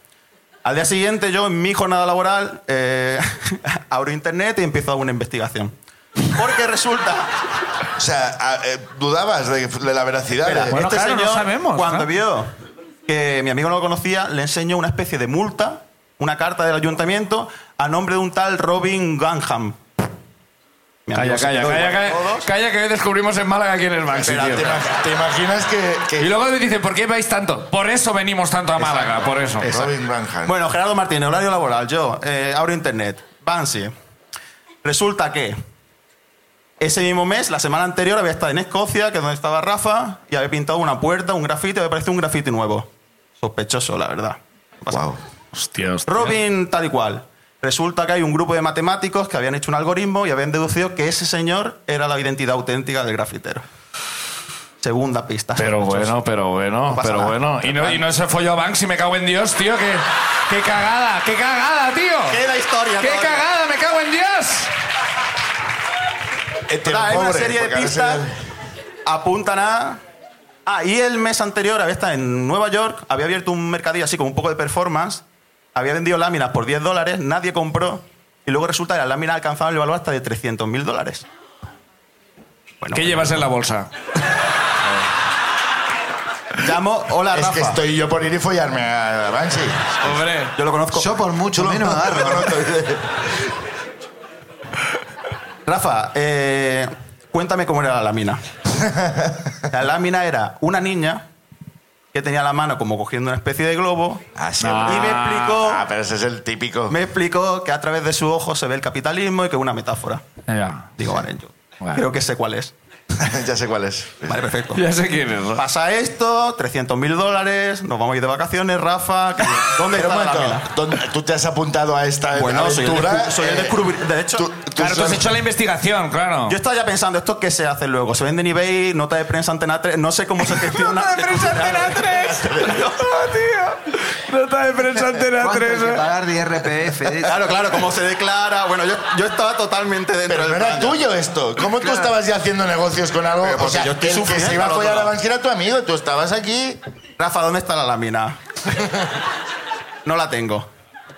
Speaker 7: Al día siguiente, yo en mi jornada laboral, eh, abro internet y empiezo una investigación. Porque resulta
Speaker 2: O sea, a- eh, dudabas de, de la veracidad.
Speaker 7: Espera,
Speaker 2: de-
Speaker 1: Bueno,
Speaker 7: este
Speaker 1: claro, no
Speaker 7: señor,
Speaker 1: sabemos,
Speaker 7: cuando
Speaker 1: claro.
Speaker 7: vio que mi amigo no lo conocía, le enseñó una especie de multa, una carta del ayuntamiento, a nombre de un tal Robin Gunham. Mi amigo
Speaker 1: Calla,
Speaker 7: se
Speaker 1: calla, calla,
Speaker 7: quedó igual que
Speaker 1: calla,
Speaker 7: todos.
Speaker 1: calla, que hoy descubrimos en Málaga quién es Banksy,
Speaker 2: Espera,
Speaker 1: tío.
Speaker 2: ¿te, ima- te imaginas que, que
Speaker 1: Y luego te dicen, ¿por qué vais tanto? Por eso venimos tanto a Málaga, por eso.
Speaker 2: Robin Graham?
Speaker 7: Bueno, Gerardo Martínez, horario laboral, yo, eh, abro internet, Bansi. Resulta que ese mismo mes, la semana anterior, había estado en Escocia, que es donde estaba Rafa, y había pintado una puerta, un grafiti, me parece un grafiti nuevo. Sospechoso, la verdad.
Speaker 2: wow.
Speaker 1: Hostia, hostia.
Speaker 7: Robin tal y cual. Resulta que hay un grupo de matemáticos que habían hecho un algoritmo y habían deducido que ese señor era la identidad auténtica del grafitero. Segunda pista.
Speaker 1: Pero
Speaker 7: sospechoso.
Speaker 1: bueno, pero bueno,
Speaker 7: pasa
Speaker 1: pero
Speaker 7: nada.
Speaker 1: bueno. Y no, y no se folló a Banksy, me cago en Dios, tío. Qué, qué cagada, qué cagada, tío.
Speaker 7: Queda historia.
Speaker 1: ¡Qué
Speaker 7: todavía.
Speaker 1: cagada, me cago en Dios!
Speaker 2: Hetero
Speaker 7: Total, hay una
Speaker 2: eh, pobre,
Speaker 7: serie de
Speaker 2: porque a veces-
Speaker 7: pistas. Apuntan a. Ah, y el mes anterior había estado en Nueva York, había abierto un mercadillo así con un poco de performance, había vendido láminas por 10 dólares, nadie compró, y luego resulta que las láminas alcanzaban el valor hasta de 300 mil dólares. Bueno,
Speaker 1: ¿Qué llevas en la bolsa?
Speaker 7: llamo, hola
Speaker 2: Es
Speaker 7: Rafa.
Speaker 2: que estoy yo por ir y follarme a Banshee.
Speaker 1: Hombre.
Speaker 7: Yo lo conozco.
Speaker 3: Yo por mucho menos agarro.
Speaker 7: Rafa, eh, cuéntame cómo era la lámina. La lámina era una niña que tenía la mano como cogiendo una especie de globo
Speaker 2: Ah, sí,
Speaker 7: y me explicó,
Speaker 2: Ah, pero ese es el típico.
Speaker 7: me explicó que a través de su ojo se ve el capitalismo y que es una metáfora.
Speaker 1: Ya.
Speaker 7: Digo, vale, yo
Speaker 1: Vale.
Speaker 7: Creo que sé cuál es.
Speaker 2: ya sé cuál es.
Speaker 7: Vale, perfecto.
Speaker 1: Ya sé quién es. ¿no?
Speaker 7: Pasa esto, 300 mil dólares, nos vamos a ir de vacaciones, Rafa. que- ¿Dónde
Speaker 2: Pero
Speaker 7: está
Speaker 2: un
Speaker 7: la
Speaker 2: momento,
Speaker 7: vela?
Speaker 2: ¿dónde- tú te has apuntado a esta
Speaker 7: Bueno, soy el,
Speaker 2: aventura.
Speaker 7: descu- soy el
Speaker 2: eh,
Speaker 7: descubri- De hecho,
Speaker 2: tú-
Speaker 1: Claro, tú has
Speaker 2: son-
Speaker 1: hecho la investigación, claro.
Speaker 7: yo estaba ya pensando, ¿esto qué se hace luego? ¿Se vende en eBay? ¿Nota de prensa Antena 3? No sé cómo se gestiona.
Speaker 1: Nota de prensa Antena 3. tío. Nota de prensa Antena
Speaker 3: ¿Cuánto hay que
Speaker 1: 3. ¿eh?
Speaker 3: pagar de IRPF?
Speaker 7: Claro, claro, cómo se declara. Bueno, yo, yo estaba totalmente dentro
Speaker 2: Pero
Speaker 7: del
Speaker 2: no era
Speaker 7: plan.
Speaker 2: tuyo esto. ¿Cómo tú estabas ya haciendo negocios con algo?
Speaker 7: Pero
Speaker 2: O
Speaker 7: porque
Speaker 2: sea,
Speaker 7: yo
Speaker 2: el
Speaker 7: estoy
Speaker 2: que
Speaker 7: sufriendo
Speaker 2: se iba a
Speaker 7: al otro
Speaker 2: follar a
Speaker 7: lado.
Speaker 2: Banquera tu amigo. Tú estabas aquí.
Speaker 7: Rafa, ¿dónde está la lámina? No la tengo.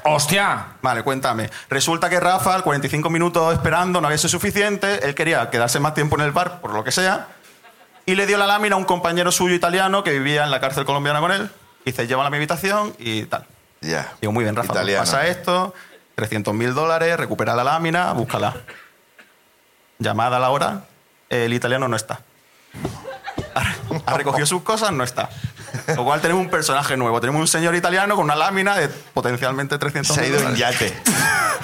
Speaker 1: Hostia.
Speaker 7: Vale, cuéntame. Resulta que Rafa, al 45 minutos esperando, no había sido suficiente. Él quería quedarse más tiempo en el bar, por lo que sea. Y le dio la lámina a un compañero suyo italiano que vivía en la cárcel colombiana con él. Y dice, llévala a mi habitación y tal.
Speaker 2: Ya.
Speaker 7: Digo, muy bien, Rafa. pues
Speaker 2: Italiano.
Speaker 7: Pasa esto, 300 mil dólares, recupera la lámina, búscala. Llamada a la hora, el italiano no está. Ha- Ha recogido sus cosas, no está. Lo cual tenemos un personaje nuevo. Tenemos un señor italiano con una lámina de potencialmente 300
Speaker 2: Se ha ido en yate.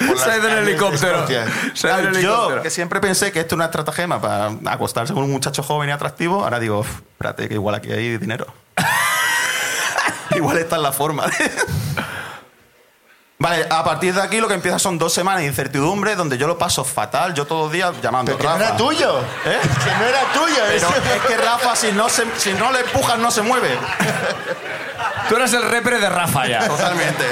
Speaker 2: Por
Speaker 1: Se ha ido en
Speaker 2: las calles de
Speaker 1: helicóptero.
Speaker 2: Escocia.
Speaker 1: Se ha ido en
Speaker 7: Ah, Yo,
Speaker 1: helicóptero.
Speaker 7: que siempre pensé que esto era una estratagema para acostarse con un muchacho joven y atractivo, ahora digo, "Uf, espérate, que igual aquí hay dinero. igual esta es la forma. vale, a partir de aquí lo que empieza son dos semanas de incertidumbre donde yo lo paso fatal, yo todos los días llamando.
Speaker 2: Pero que no
Speaker 7: "Rafa".
Speaker 2: era tuyo.
Speaker 7: ¿Eh?
Speaker 2: Que no era tuyo.
Speaker 7: Pero
Speaker 2: ese-
Speaker 7: es que Rafa, si no, se- si no le empujas, no se mueve.
Speaker 1: Tú eres el repre de Rafa ya.
Speaker 7: Totalmente.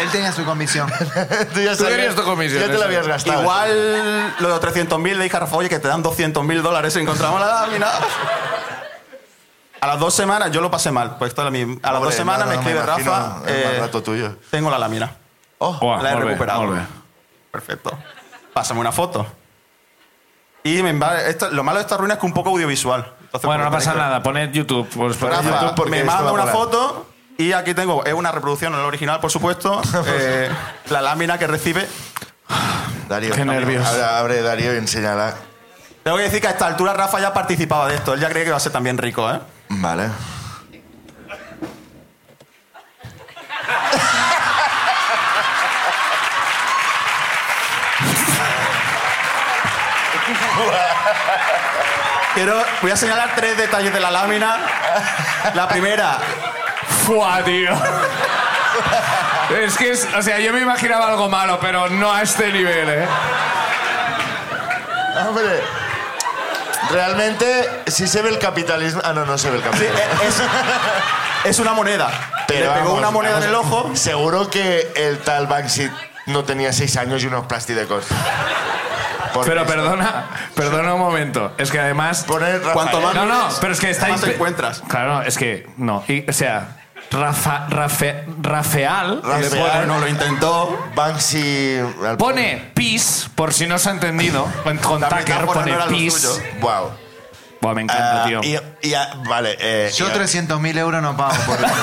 Speaker 3: Él tenía su convicción.
Speaker 2: tú ya
Speaker 1: Tú
Speaker 2: sabías-
Speaker 1: tenías tu comisión,
Speaker 2: Ya te
Speaker 1: eso.
Speaker 2: lo habías gastado.
Speaker 7: Igual lo de los 300.000 le dije a Rafa, oye, que te dan 200.000 dólares y encontramos la lámina. A las dos semanas yo lo pasé mal. Pues esto era mi- A las
Speaker 2: Hombre,
Speaker 7: dos semanas
Speaker 2: no,
Speaker 7: me
Speaker 2: no,
Speaker 7: escribe
Speaker 2: imagino
Speaker 7: Rafa.
Speaker 2: El
Speaker 7: eh,
Speaker 2: mal rato tuyo.
Speaker 7: tengo la lámina.
Speaker 1: Buah,
Speaker 7: la he
Speaker 1: molt bé,
Speaker 7: recuperado.
Speaker 1: molt bé.
Speaker 7: Perfecto. Pásame una foto. Y me invade- esto- lo malo de esta ruina es que un poco audiovisual. Entonces,
Speaker 1: Bueno, no
Speaker 7: porque
Speaker 1: pasa
Speaker 7: tenés
Speaker 1: nada. Poned YouTube. Pues,
Speaker 7: que-
Speaker 1: poned
Speaker 2: Rafa,
Speaker 1: YouTube.
Speaker 7: Rafa,
Speaker 2: YouTube, porque
Speaker 7: me
Speaker 2: esto va
Speaker 7: manda
Speaker 2: a
Speaker 7: una
Speaker 2: molar.
Speaker 7: foto y aquí tengo, es una reproducción, no el original, por supuesto, eh, la lámina que recibe
Speaker 2: Darío.
Speaker 1: Qué nervios.
Speaker 2: Abre, abre, Darío y enséñala.
Speaker 7: Tengo que decir que a esta altura Rafa ya participaba de esto. Él ya creía que iba a ser también rico, ¿eh?
Speaker 2: Vale.
Speaker 7: Quiero, voy a señalar tres detalles de la lámina. La primera,
Speaker 1: Fua, tío. Es que es, o sea, yo me imaginaba algo malo, pero no a este nivel, ¿eh?
Speaker 2: Hombre. Realmente, sí se ve el capitalismo. Ah, no, no se ve el
Speaker 7: sí,
Speaker 2: capitalismo.
Speaker 7: es, es una moneda.
Speaker 2: Pero
Speaker 7: Le pegó
Speaker 2: vamos,
Speaker 7: una moneda en el
Speaker 2: vamos,
Speaker 7: ojo.
Speaker 2: Seguro que el tal Banksy no tenía seis años y unos plastidecos. Porque
Speaker 1: Pero
Speaker 2: esto-
Speaker 1: perdona, perdona un momento. Es que además.
Speaker 2: Poner Rafael.
Speaker 7: Cuanto más
Speaker 1: No, no,
Speaker 7: mires,
Speaker 1: pero es que está
Speaker 7: más te
Speaker 1: impe-
Speaker 7: encuentras.
Speaker 1: Claro, es que no. Y, o sea, Rafa, Rafe, Rafael
Speaker 2: Rafael.
Speaker 1: le pone,
Speaker 7: Bueno, Pues, lo intentó.
Speaker 2: Banksy. al-
Speaker 1: pone pis, por si no se ha entendido. Con, con
Speaker 7: La
Speaker 1: Tucker
Speaker 7: metáfora
Speaker 1: pone
Speaker 7: no era lo
Speaker 1: pis.
Speaker 7: suyo.
Speaker 2: Wow.
Speaker 1: Buah, me encanta,
Speaker 2: Ah,
Speaker 1: tío.
Speaker 2: y, y, ah, vale. eh,
Speaker 3: Yo
Speaker 2: y-
Speaker 3: 300.000 euros no pago por eso.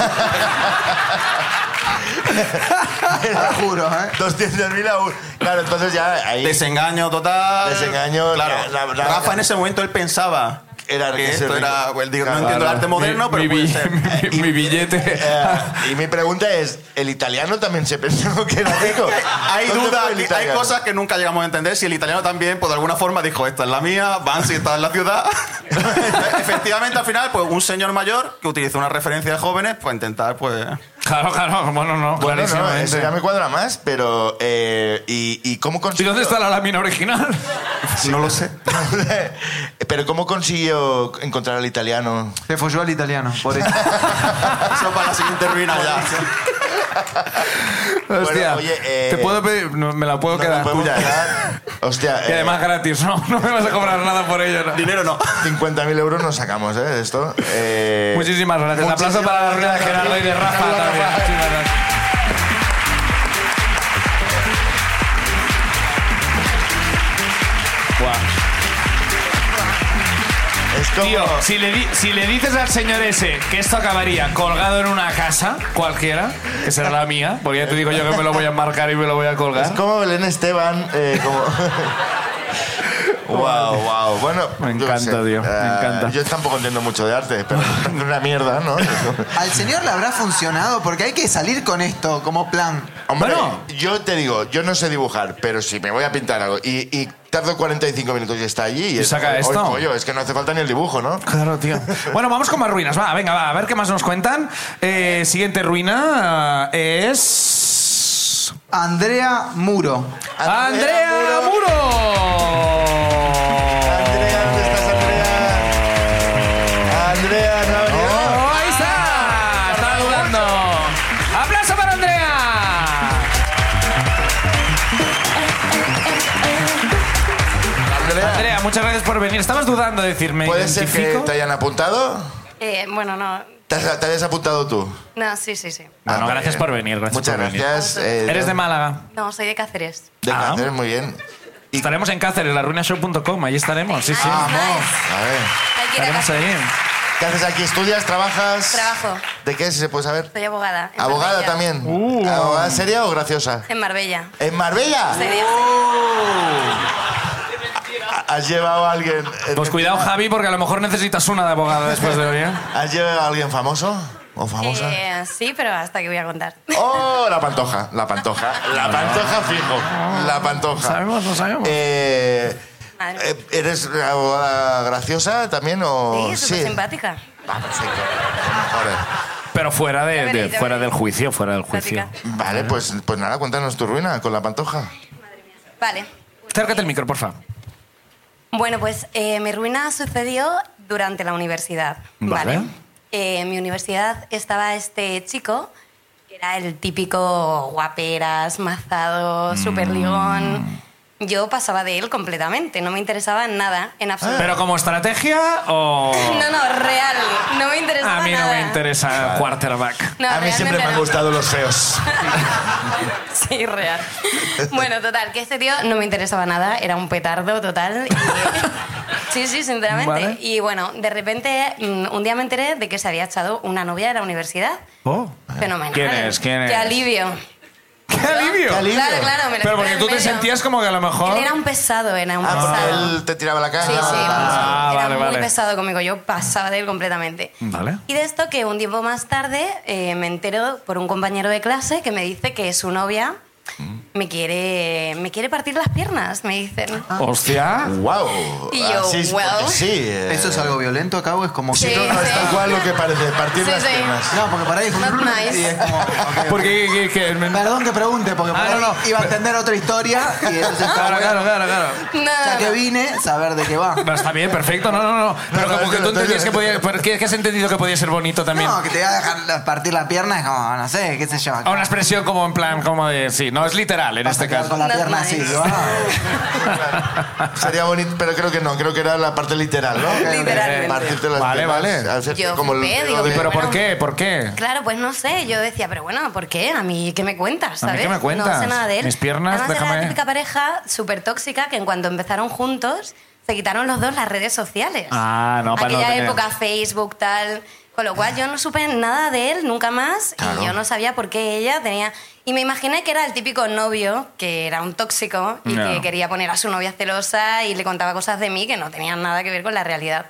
Speaker 3: Te lo juro, ¿eh?
Speaker 2: 200.000 aún. Claro, entonces ya ahí.
Speaker 7: Desengaño total.
Speaker 2: Desengaño,
Speaker 7: Claro.
Speaker 2: la- la- la-
Speaker 7: Rafa en ese momento él pensaba
Speaker 2: Era
Speaker 7: que
Speaker 2: que
Speaker 7: esto
Speaker 2: se-
Speaker 7: era. él dijo,
Speaker 2: Claro.
Speaker 7: no entiendo el arte
Speaker 1: Mi-
Speaker 7: moderno, pero
Speaker 1: mi,
Speaker 7: puede
Speaker 1: bill-
Speaker 7: ser.
Speaker 1: mi- mi billete.
Speaker 2: Eh, y mi pregunta es: ¿el italiano también se pensó que era rico?
Speaker 7: Hay
Speaker 2: ¿Dónde
Speaker 7: dudas,
Speaker 2: fue el
Speaker 7: hay
Speaker 2: italiano?
Speaker 7: cosas que nunca llegamos a entender. Si el italiano también, pues de alguna forma dijo, esta es la mía, Bansi está en la ciudad. Efectivamente, al final, pues un señor mayor que utiliza una referencia de jóvenes para intentar, pues...
Speaker 1: Claro, claro, bueno, no,
Speaker 2: Bueno, no,
Speaker 1: clarísimamente.
Speaker 2: eso ya me cuadra más, pero. eh, ¿y, ¿Y cómo
Speaker 1: ¿Y
Speaker 2: consiguió?
Speaker 1: dónde está la lámina original?
Speaker 7: No lo sé.
Speaker 2: pero ¿cómo consiguió encontrar al italiano?
Speaker 3: Se folló al italiano, por eso.
Speaker 7: Eso para la siguiente ruina ya.
Speaker 1: Hostia,
Speaker 2: oye, eh,
Speaker 1: te puedo pedir, no, me la puedo
Speaker 2: No,
Speaker 1: quedar. ¿eh?
Speaker 2: no podemos quedar. Hostia,
Speaker 1: Y
Speaker 2: eh,
Speaker 1: además gratis, ¿no? No me vas a cobrar nada por ello. ¿no?
Speaker 7: Dinero no.
Speaker 2: 50.000 eh, euros nos sacamos, ¿eh? De esto. Eh,
Speaker 1: Muchísimas gracias. Un aplauso
Speaker 2: muchísimas
Speaker 1: para la rueda de
Speaker 2: gracias.
Speaker 1: Gerardo y de Rafa
Speaker 2: Gerardo,
Speaker 1: también.
Speaker 2: Rafa.
Speaker 1: Muchísimas gracias. Buah.
Speaker 2: Es como.
Speaker 1: Tío, si le, di- si le dices al señor ese que esto acabaría colgado en una casa cualquiera, que será la mía, porque ya te digo yo que me lo voy a marcar y me lo voy a
Speaker 2: Es
Speaker 1: colgar.
Speaker 2: como Belén Esteban. eh, como... wow, wow. Bueno,
Speaker 1: Me
Speaker 2: yo qué
Speaker 1: encanta,
Speaker 2: sé.
Speaker 1: tío, me
Speaker 2: Ah,
Speaker 1: encanta.
Speaker 2: Yo tampoco entiendo mucho de arte, pero es una mierda, ¿no?
Speaker 3: Al señor le habrá funcionado porque hay que salir con esto como plan.
Speaker 2: Hombre,
Speaker 1: Bueno.
Speaker 2: yo te digo, yo no sé dibujar, pero si me voy a pintar algo y, y tardo 45 minutos y está allí. Y, es-
Speaker 1: saca
Speaker 2: oye,
Speaker 1: esto.
Speaker 2: pollo, es que no hace falta ni el dibujo, ¿no?
Speaker 1: Claro, tío. Bueno, vamos con más ruinas. Va, venga, va, a ver qué más nos cuentan. Eh, siguiente ruina eh, es.
Speaker 3: Andrea Muro.
Speaker 1: ¡Andrea,
Speaker 2: Andrea
Speaker 1: Muro!
Speaker 2: Andrea, ¿dónde estás, Andrea? Andrea, no ha venido.
Speaker 1: ¡Oh, ahí está! Está dudando. ¡Aplauso para Andrea!
Speaker 2: Andrea,
Speaker 1: Andrea, muchas gracias por venir. Estabas dudando de decirme.
Speaker 2: ¿puede ser que
Speaker 1: identifico?
Speaker 2: te hayan apuntado?
Speaker 8: Eh, bueno, no.
Speaker 2: ¿Te, has- te habías apuntado tú?
Speaker 8: No, sí, sí, sí.
Speaker 1: No, no,
Speaker 2: Ah,
Speaker 1: gracias
Speaker 2: muy
Speaker 1: por venir.
Speaker 2: bien.
Speaker 1: gracias
Speaker 2: Muchas
Speaker 1: por venir.
Speaker 2: gracias. eh,
Speaker 1: Eres de Málaga.
Speaker 8: No, soy de Cáceres.
Speaker 2: de
Speaker 1: Ah.
Speaker 2: Cáceres, muy bien. Y-
Speaker 1: Estaremos en Cáceres, la ruinashow.com. Ahí estaremos, sí, sí.
Speaker 8: Ah,
Speaker 2: Vamos.
Speaker 8: nice.
Speaker 2: A ver.
Speaker 8: Hay que ir a
Speaker 1: Estaremos
Speaker 8: Cáceres.
Speaker 1: ahí.
Speaker 2: ¿Qué haces aquí? ¿Estudias? ¿Trabajas?
Speaker 8: Trabajo.
Speaker 2: ¿De qué, si se puede saber?
Speaker 8: Soy abogada. en
Speaker 2: ¿Abogada
Speaker 8: Marbella.
Speaker 2: también?
Speaker 1: Uh.
Speaker 2: ¿Abogada seria o graciosa?
Speaker 8: En Marbella.
Speaker 2: ¿En Marbella?
Speaker 8: Soy de-
Speaker 2: ¿Has llevado a alguien? eh,
Speaker 1: Pues cuidado, Javi, porque a lo mejor necesitas una de abogada después de hoy, ¿eh?
Speaker 2: ¿Has llevado a alguien famoso o famosa?
Speaker 8: Eh, sí, pero hasta que voy a contar.
Speaker 2: ¡Oh! La pantoja, la pantoja. La pantoja fijo. La pantoja.
Speaker 1: Ah. Sabemos, no sabemos.
Speaker 2: Eh,
Speaker 8: Madre.
Speaker 2: eh, ¿Eres abogada graciosa también o...?
Speaker 8: sí, súper simpática.
Speaker 2: Va, perfecto. Mejores.
Speaker 1: Pero fuera, de,
Speaker 8: Ya
Speaker 1: de-
Speaker 8: veréis, ya
Speaker 1: fuera del
Speaker 8: veréis.
Speaker 1: juicio, fuera del juicio.
Speaker 8: Práctica.
Speaker 2: Vale, pues, pues nada, cuéntanos tu ruina con la pantoja.
Speaker 8: Vale.
Speaker 1: Acércate el micro, porfa.
Speaker 8: Bueno, pues eh, mi ruina sucedió durante la universidad.
Speaker 1: Vale.
Speaker 8: Vale. Eh, en mi universidad estaba este chico, que era el típico guaperas, mazado, superligón. Yo pasaba de él completamente, no me interesaba nada, en
Speaker 2: Ah.
Speaker 8: absoluto.
Speaker 1: Pero como estrategia o.
Speaker 8: No, no, real, no me interesaba
Speaker 1: Oh. A mí no
Speaker 8: nada.
Speaker 1: me interesa quarterback.
Speaker 8: No,
Speaker 2: A mí
Speaker 8: realmente
Speaker 2: siempre me han
Speaker 8: no.
Speaker 2: gustado los feos.
Speaker 8: Sí, real. Bueno, total, que este tío no me interesaba nada, era un petardo total. y- Sí, sí, sinceramente.
Speaker 1: Vale.
Speaker 8: Y bueno, de repente mm, un día me enteré de que se había echado una novia de la universidad. Fenomenal.
Speaker 1: ¿Quién es? ¿Quién
Speaker 8: Qué
Speaker 1: es?
Speaker 8: alivio.
Speaker 1: ¡Qué alivio!
Speaker 2: alivio.
Speaker 8: Claro, claro, me lo
Speaker 1: Pero porque
Speaker 8: esperé
Speaker 1: tú
Speaker 8: en
Speaker 1: te
Speaker 8: medio.
Speaker 1: sentías como que a lo mejor.
Speaker 8: Él era un pesado, era un
Speaker 2: Ah, porque
Speaker 8: pesado.
Speaker 2: él te tiraba la caña.
Speaker 8: pues Sí, sí,
Speaker 1: Ah,
Speaker 8: era
Speaker 1: vale,
Speaker 8: muy
Speaker 1: vale.
Speaker 8: pesado conmigo, yo pasaba de él completamente.
Speaker 1: Vale.
Speaker 8: Y de esto que un tiempo más tarde eh, me entero por un compañero de clase que me dice que su novia
Speaker 1: Mm.
Speaker 8: me quiere, me quiere partir las piernas, me dicen.
Speaker 1: Ah. ¡Hostia!
Speaker 2: Wow.
Speaker 8: Y yo,
Speaker 2: Así es,
Speaker 8: wow.
Speaker 2: porque Sí. eh,
Speaker 3: ¿Eso es algo violento, acabo? Es como que.
Speaker 8: Sí.
Speaker 2: No, no, es tal cual lo que parece, partir
Speaker 8: Sí,
Speaker 2: las
Speaker 8: sí.
Speaker 2: piernas.
Speaker 3: No, porque para ahí es como.
Speaker 8: Not nice.
Speaker 3: y es como, ok.
Speaker 1: Porque. que- que- me- Claro,
Speaker 3: Perdón que pregunte, porque por
Speaker 1: Ah, no,
Speaker 3: ahí
Speaker 1: no.
Speaker 3: iba a entender otra historia y entonces estaba,
Speaker 1: claro,
Speaker 3: bueno,
Speaker 1: claro, claro.
Speaker 8: No,
Speaker 3: ya
Speaker 8: no,
Speaker 3: que
Speaker 8: no.
Speaker 3: vine, saber de qué va.
Speaker 1: Pero está bien, perfecto, no, no, no. Pero
Speaker 2: no,
Speaker 1: como que
Speaker 2: no,
Speaker 1: tú
Speaker 2: no,
Speaker 1: entendías que
Speaker 2: no.
Speaker 1: podía. pero que- que has entendido que podía ser bonito también?
Speaker 3: No, que te va a dejar la- partir la pierna es como, no sé, qué sé yo.
Speaker 1: A una expresión como en plan, como de. Sí, no, es literal en
Speaker 3: Vas a
Speaker 1: este
Speaker 3: quedar
Speaker 1: caso.
Speaker 3: Con la
Speaker 8: Not
Speaker 3: pierna
Speaker 8: nice.
Speaker 3: así, "Ah, ¿no?
Speaker 2: Sería bonito, pero creo que no, creo que era la parte literal, ¿no? Eh,
Speaker 8: Literalmente.
Speaker 2: Partirte las
Speaker 1: Vale,
Speaker 2: piernas,
Speaker 1: vale.
Speaker 2: al ser
Speaker 8: Yo
Speaker 2: como el-
Speaker 8: flipé, digo,
Speaker 2: lo de-
Speaker 1: ¿Pero por
Speaker 8: Bueno.
Speaker 1: qué? ¿Por qué?
Speaker 8: Claro, pues no sé. Yo decía, pero bueno, ¿por qué? ¿A mí qué me cuentas?
Speaker 1: ¿A mí
Speaker 8: ¿Sabes?
Speaker 1: qué me cuentas?
Speaker 8: No sé nada de él.
Speaker 1: Mis piernas,
Speaker 8: Además,
Speaker 1: déjame-
Speaker 8: era la típica pareja súper tóxica que en cuanto empezaron juntos, se quitaron los dos las redes sociales.
Speaker 1: Ah, no, para no
Speaker 8: Aquella
Speaker 1: tener-
Speaker 8: época, Facebook, tal. Con lo cual yo no supe nada de él nunca más y yo no sabía por qué ella tenía... Y me imaginé que era el típico novio, que era un tóxico y
Speaker 1: Ya.
Speaker 8: que quería poner a su novia celosa y le contaba cosas de mí que no tenían nada que ver con la realidad.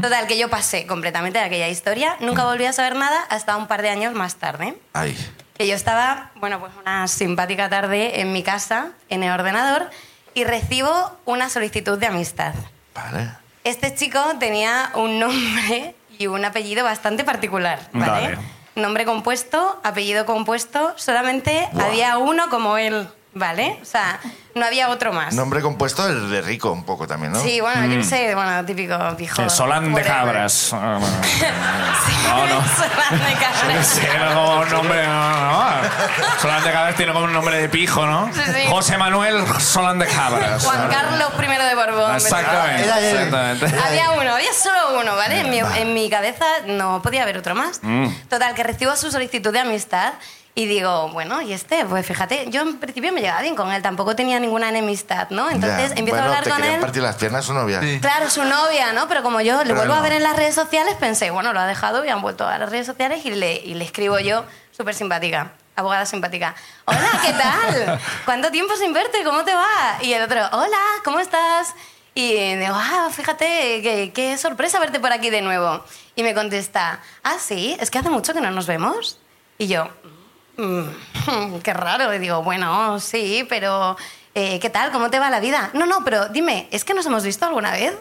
Speaker 8: Total, que yo pasé completamente de aquella historia, nunca volví a saber nada hasta un par de años más tarde.
Speaker 2: Ay.
Speaker 8: Que yo estaba, bueno, pues una simpática tarde en mi casa, en el ordenador, y recibo una solicitud de amistad.
Speaker 2: Vale.
Speaker 8: Este chico tenía un nombre y un apellido bastante particular, ¿vale?
Speaker 1: Vale.
Speaker 8: Nombre compuesto, apellido compuesto, solamente había uno como él, ¿vale? O sea, no había otro más.
Speaker 2: Nombre compuesto el de rico un poco también, ¿no?
Speaker 8: Sí, bueno, yo qué sé, bueno, típico pijo.
Speaker 1: El Mm. Solán de
Speaker 8: whatever.
Speaker 1: Cabras. Ah, bueno.
Speaker 8: Sí,
Speaker 1: No, no.
Speaker 8: Solán de
Speaker 1: Yo qué
Speaker 8: Cabras.
Speaker 1: sé, era como un nombre. No, no. Solán de Cabras tiene como un nombre de pijo, ¿no?
Speaker 8: Sí, sí.
Speaker 1: José Manuel Solán de Cabras.
Speaker 8: Juan Carlos I de Borbón.
Speaker 1: Exactamente.
Speaker 2: Era él.
Speaker 1: exactamente.
Speaker 8: Había uno, había solo uno, ¿vale? En mi, en mi cabeza no podía haber otro más.
Speaker 2: Mm.
Speaker 8: Total, que recibo su solicitud de amistad y digo, bueno, y este, pues fíjate, yo en principio me llevaba bien con él, tampoco tenía ninguna enemistad, ¿no? Entonces
Speaker 2: Ya.
Speaker 8: empiezo
Speaker 2: bueno,
Speaker 8: a hablar
Speaker 2: te
Speaker 8: con
Speaker 2: querían
Speaker 8: él.
Speaker 2: partir las piernas su novia.
Speaker 3: Sí.
Speaker 8: Claro, su novia, ¿no? Pero como yo le
Speaker 2: Pero
Speaker 8: vuelvo a
Speaker 2: no.
Speaker 8: ver en las redes sociales, pensé, bueno, lo ha dejado y han vuelto a las redes sociales y le, y le escribo yo, súper simpática, abogada simpática. Hola, ¿qué tal? ¿Cuánto tiempo sin verte? ¿Cómo te va? Y el otro, hola, ¿cómo estás? Y eh, digo, ah, fíjate, qué, qué sorpresa verte por aquí de nuevo. Y me contesta, ah, sí, es que hace mucho que no nos vemos. Y yo, "Mm, qué raro. Y digo, bueno, sí, pero eh, ¿qué tal? ¿Cómo te va la vida? No, no, pero dime, ¿es que nos hemos visto alguna vez?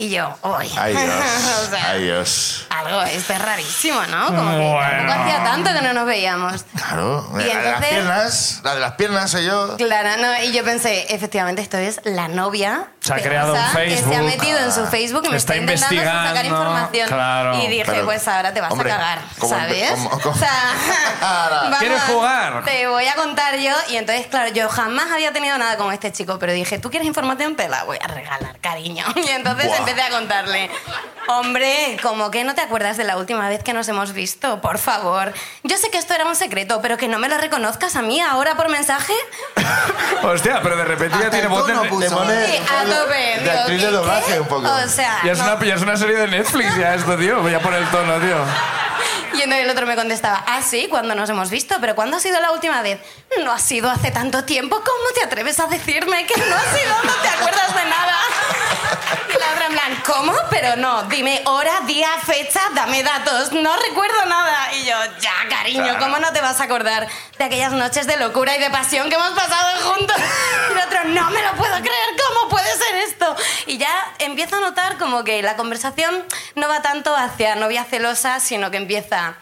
Speaker 8: Y yo, uy.
Speaker 2: Ay, Dios.
Speaker 8: O sea,
Speaker 2: Ay, Dios.
Speaker 8: algo, esto es rarísimo, ¿no? Como que
Speaker 5: Bueno.
Speaker 8: tampoco hacía tanto que no nos veíamos.
Speaker 2: Claro.
Speaker 8: Y
Speaker 2: la de las
Speaker 8: entonces-
Speaker 2: piernas, la de las piernas soy yo.
Speaker 8: Claro, no, y yo pensé, efectivamente, esto es la novia.
Speaker 1: Se ha
Speaker 8: penosa
Speaker 1: creado un
Speaker 8: Que se ha
Speaker 1: Facebook.
Speaker 8: metido en su Facebook y me
Speaker 1: Está
Speaker 8: está, intentando sacar
Speaker 1: investigando,
Speaker 8: información.
Speaker 1: claro.
Speaker 8: y dije,
Speaker 2: Pero,
Speaker 8: pues ahora te vas
Speaker 2: hombre,
Speaker 8: a cagar,
Speaker 2: ¿cómo empe-
Speaker 8: ¿sabes?
Speaker 2: cómo- cómo?
Speaker 8: O sea, vamos,
Speaker 1: ¿Quieres jugar?
Speaker 8: Te voy a contar yo. Y entonces, claro, yo jamás había tenido nada con este chico, pero dije, ¿tú quieres información? Te la voy a regalar, cariño. Y entonces
Speaker 2: Buah.
Speaker 8: empecé a contarle. Hombre, como que no te acuerdas de la última vez que nos hemos visto, por favor. Yo sé que esto era un secreto, pero que no me lo reconozcas a mí ahora por mensaje.
Speaker 1: Hostia, pero de repente ya
Speaker 3: Hasta
Speaker 1: tiene
Speaker 3: el
Speaker 1: voz de...
Speaker 3: tono puso.
Speaker 2: Te pone
Speaker 8: Sí, a tope.
Speaker 2: de
Speaker 8: Digo,
Speaker 2: actriz de
Speaker 8: ¿qué,
Speaker 2: doblaje
Speaker 8: qué?
Speaker 2: un poco.
Speaker 8: O sea,
Speaker 1: Ya es,
Speaker 8: no.
Speaker 1: una, ya es una serie de Netflix ya esto, tío. Voy a poner el tono, tío.
Speaker 8: y entonces el otro me contestaba, ah, sí, cuando nos hemos visto, pero ¿cuándo ha sido la última vez? No ha sido hace tanto tiempo, ¿cómo te atreves a decirme que no ha sido? No te acuerdas de nada. Y la otra en plan, ¿cómo? Pero no, dime hora, día, fecha, dame datos, no recuerdo nada. Y yo, ya, cariño, ¿cómo no te vas a acordar de aquellas noches de locura y de pasión que hemos pasado juntos? Y el otro, no me lo puedo creer, ¿cómo puede ser esto? Y ya empiezo a notar como que la conversación no va tanto hacia novia celosa, sino que empieza...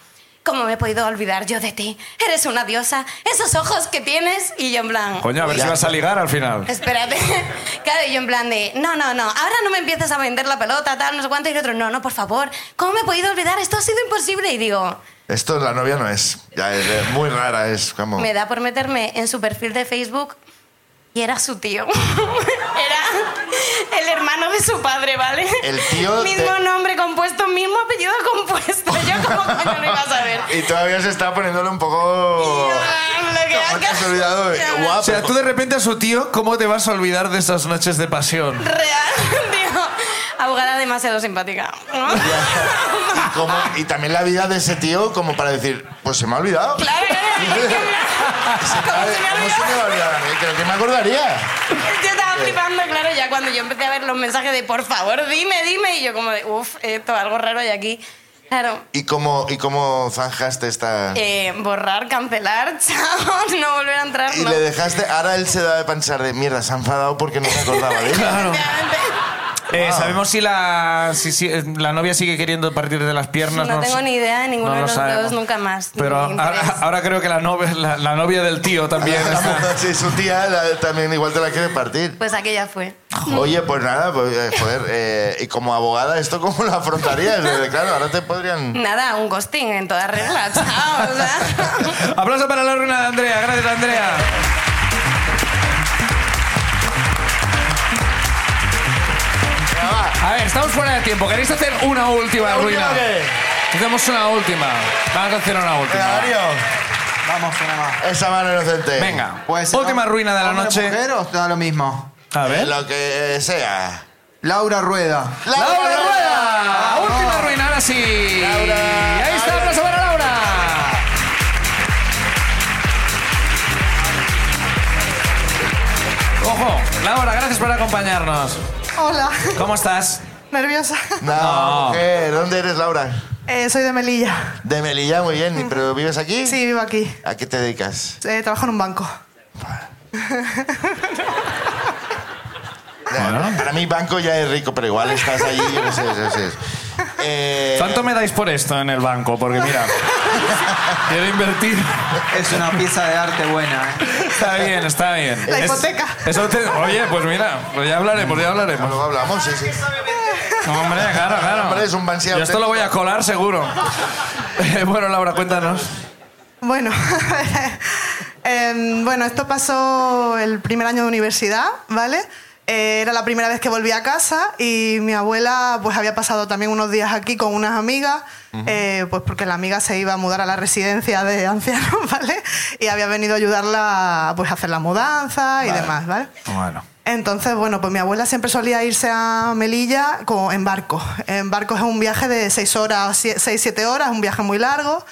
Speaker 8: ¿Cómo me he podido olvidar yo de ti? Eres una diosa. Esos ojos que tienes y yo en plan...
Speaker 1: Coño, a ver si vas a ligar al final.
Speaker 8: Espérate. Claro, y yo en plan de, no, no, no, ahora no me empieces a vender la pelota, tal, no sé cuánto, y el otro, no, no, por favor, ¿cómo me he podido olvidar? Esto ha sido imposible. Y digo,
Speaker 2: Esto la novia no es. Ya es eh, muy rara, es como.
Speaker 8: me da por meterme en su perfil de Facebook y era su tío. era el hermano de su padre, ¿vale?
Speaker 2: El tío de-
Speaker 8: Mismo nombre compuesto, mismo apellido compuesto. Yo como coño no iba a saber.
Speaker 2: Y todavía se está poniéndole un poco.
Speaker 8: Lo que
Speaker 2: ¿Cómo te has olvidado? de- Guau,
Speaker 1: O sea,
Speaker 2: pero-
Speaker 1: tú de repente a su tío, ¿cómo te vas a olvidar de esas noches de pasión?
Speaker 8: Real, digo, abogada demasiado simpática. ¿no?
Speaker 2: y, como- y también la vida de ese tío, como para decir, pues se me ha olvidado.
Speaker 8: Claro, es que me-
Speaker 2: A
Speaker 8: como
Speaker 2: ver,
Speaker 8: se me
Speaker 2: ¿Cómo se me
Speaker 8: olvidó.
Speaker 2: va a olvidar a mí? Creo que me acordaría.
Speaker 8: Yo estaba flipando, claro, ya cuando yo empecé a ver los mensajes de por favor, dime, dime, y yo como de, uff, esto algo raro hay aquí. Claro,
Speaker 2: ¿Y cómo, y cómo zanjaste esta.?
Speaker 8: eh, borrar, cancelar, chao, no volver a entrar,
Speaker 2: Y
Speaker 8: no.
Speaker 2: le dejaste. Ahora él se da de pensar de mierda, se ha enfadado porque no me acordaba de ella.
Speaker 1: Claro.
Speaker 8: Efectivamente.
Speaker 1: Eh, ¿Sabemos si la, si, si- eh, la novia sigue queriendo partir de las piernas?
Speaker 8: No
Speaker 1: lo
Speaker 8: tengo
Speaker 1: sé.
Speaker 8: ni idea de ninguno
Speaker 1: No
Speaker 8: de
Speaker 1: lo
Speaker 8: los
Speaker 1: sabemos.
Speaker 8: dos, nunca más.
Speaker 1: Pero
Speaker 8: ni interés.
Speaker 1: ahora, ahora creo que la novia, la, la novia del tío también está.
Speaker 2: Sí, su tía la- también igual te la quiere partir.
Speaker 8: Pues aquella fue.
Speaker 2: Oye, pues nada, pues, eh, joder, eh, y como abogada, ¿esto cómo lo afrontarías? Eh, Claro, ahora te podrían...
Speaker 8: Nada, un ghosting en toda regla, chao, o sea.
Speaker 1: Aplauso para la ruina de Andrea. Gracias, Andrea. A ver, estamos fuera de tiempo. ¿Queréis hacer una última
Speaker 2: ¿Una última
Speaker 1: ruina?
Speaker 2: o qué?
Speaker 1: Hacemos una última. Vamos a hacer una
Speaker 2: Venga,
Speaker 1: última.
Speaker 2: Darío,
Speaker 3: Vamos, una más.
Speaker 2: esa mano inocente.
Speaker 1: Venga,
Speaker 3: Puede ser
Speaker 1: última
Speaker 3: hom-
Speaker 1: ruina de la
Speaker 3: hombre,
Speaker 1: noche.
Speaker 3: mujer o da lo mismo?
Speaker 1: A ver.
Speaker 2: Lo que eh, sea.
Speaker 3: Laura Rueda.
Speaker 1: ¡Laura Rueda!
Speaker 3: Vamos.
Speaker 1: Última ruina, ahora sí.
Speaker 2: Laura,
Speaker 1: Y ahí está,
Speaker 2: Laura.
Speaker 1: aplauso para Laura. Ojo, Laura, gracias por acompañarnos.
Speaker 9: Hola,
Speaker 1: ¿Cómo estás?
Speaker 9: nerviosa.
Speaker 1: No.
Speaker 2: No, mujer, ¿dónde eres, Laura?
Speaker 9: Eh, soy de Melilla.
Speaker 2: De Melilla, muy bien. ¿y- ¿Pero vives aquí?
Speaker 9: Sí, vivo aquí.
Speaker 2: ¿A qué te dedicas?
Speaker 9: Eh, trabajo en un banco.
Speaker 2: Para mí banco ya es rico, pero igual estás allí, yo no sé, no sé. Eh,
Speaker 1: ¿Cuánto me dais por esto en el banco? Porque mira, quiero invertir.
Speaker 3: Es una pieza de arte buena. ¿eh?
Speaker 1: Está bien, está bien.
Speaker 9: La
Speaker 1: Es-
Speaker 9: hipoteca.
Speaker 1: eso te- oye, pues mira, pues ya hablaremos, ya hablaremos.
Speaker 2: Luego hablamos, sí, sí.
Speaker 1: Hombre, claro, claro.
Speaker 2: Hombre, es un bansiado
Speaker 1: Yo esto lo voy a colar seguro. Eh, bueno, Laura, cuéntanos.
Speaker 9: Bueno, em, bueno, esto pasó el primer año de universidad, ¿vale? Eh, era la primera vez que volví a casa y mi abuela pues había pasado también unos días aquí con unas amigas, eh, pues porque la amiga se iba a mudar a la residencia de ancianos, ¿vale? Y había venido a ayudarla pues a hacer la mudanza y demás, ¿vale?
Speaker 1: Bueno.
Speaker 9: Entonces, bueno, pues mi abuela siempre solía irse a Melilla como en barco. En barco es un viaje de seis horas, sie- seis, siete horas, un viaje muy largo.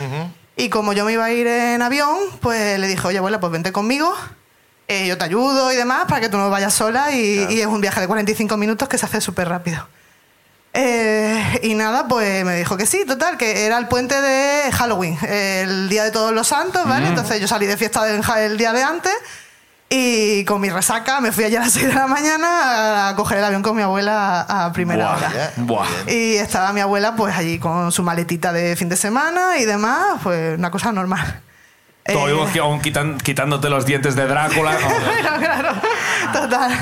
Speaker 9: Y como yo me iba a ir en avión, pues le dije, oye, abuela, pues vente conmigo. eh, yo te ayudo y demás para que tú no vayas sola y, y es un viaje de 45 minutos que se hace súper rápido. Eh, y nada, pues me dijo que sí, total, que era el puente de Halloween, el día de todos los santos,
Speaker 1: Mm.
Speaker 9: ¿vale? Entonces yo salí de fiesta del ja- el día de antes y con mi resaca me fui allá a las 6 de la mañana a coger el avión con mi abuela a primera hora.
Speaker 2: ya,
Speaker 1: Buah.
Speaker 2: bien.
Speaker 9: Y estaba mi abuela pues allí con su maletita de fin de semana y demás, pues una cosa normal.
Speaker 1: Todo
Speaker 9: Eh,
Speaker 1: vivo que aún quitan- quitándote los dientes de Drácula.
Speaker 9: Claro, claro. Total.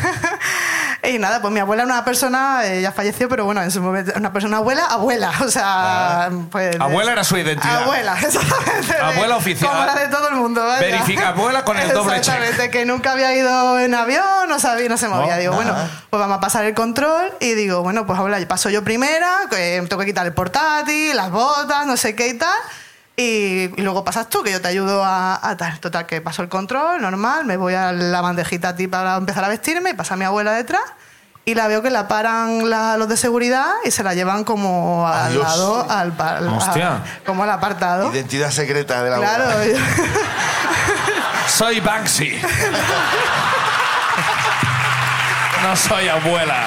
Speaker 9: Y nada, pues mi abuela era una persona, eh, ya falleció, pero bueno, en su momento, una persona abuela, abuela. O sea, pues.
Speaker 1: Ah. Abuela era su identidad.
Speaker 9: Abuela, exactamente.
Speaker 1: Abuela oficial.
Speaker 9: Como la de todo el mundo, vaya.
Speaker 1: Verifica abuela con el doble check.
Speaker 9: Exactamente, que nunca había ido en avión, no sabía, no se movía. digo, bueno, pues vamos a pasar el control y digo, bueno, pues abuela, paso yo primera, que me tengo que quitar el portátil, las botas, no sé qué y tal. Y, y luego pasas tú, que yo te ayudo a, a tal. Total, que paso el control, normal, me voy a la bandejita a ti para empezar a vestirme, y pasa mi abuela detrás. Y la veo que la paran la- los de seguridad y se la llevan como al
Speaker 2: Adiós.
Speaker 9: lado, al, pa- al-
Speaker 1: Hostia.
Speaker 9: como al apartado.
Speaker 2: Identidad secreta de la
Speaker 9: Claro,
Speaker 2: abuela.
Speaker 9: yo-
Speaker 1: Soy Banksy. No soy abuela.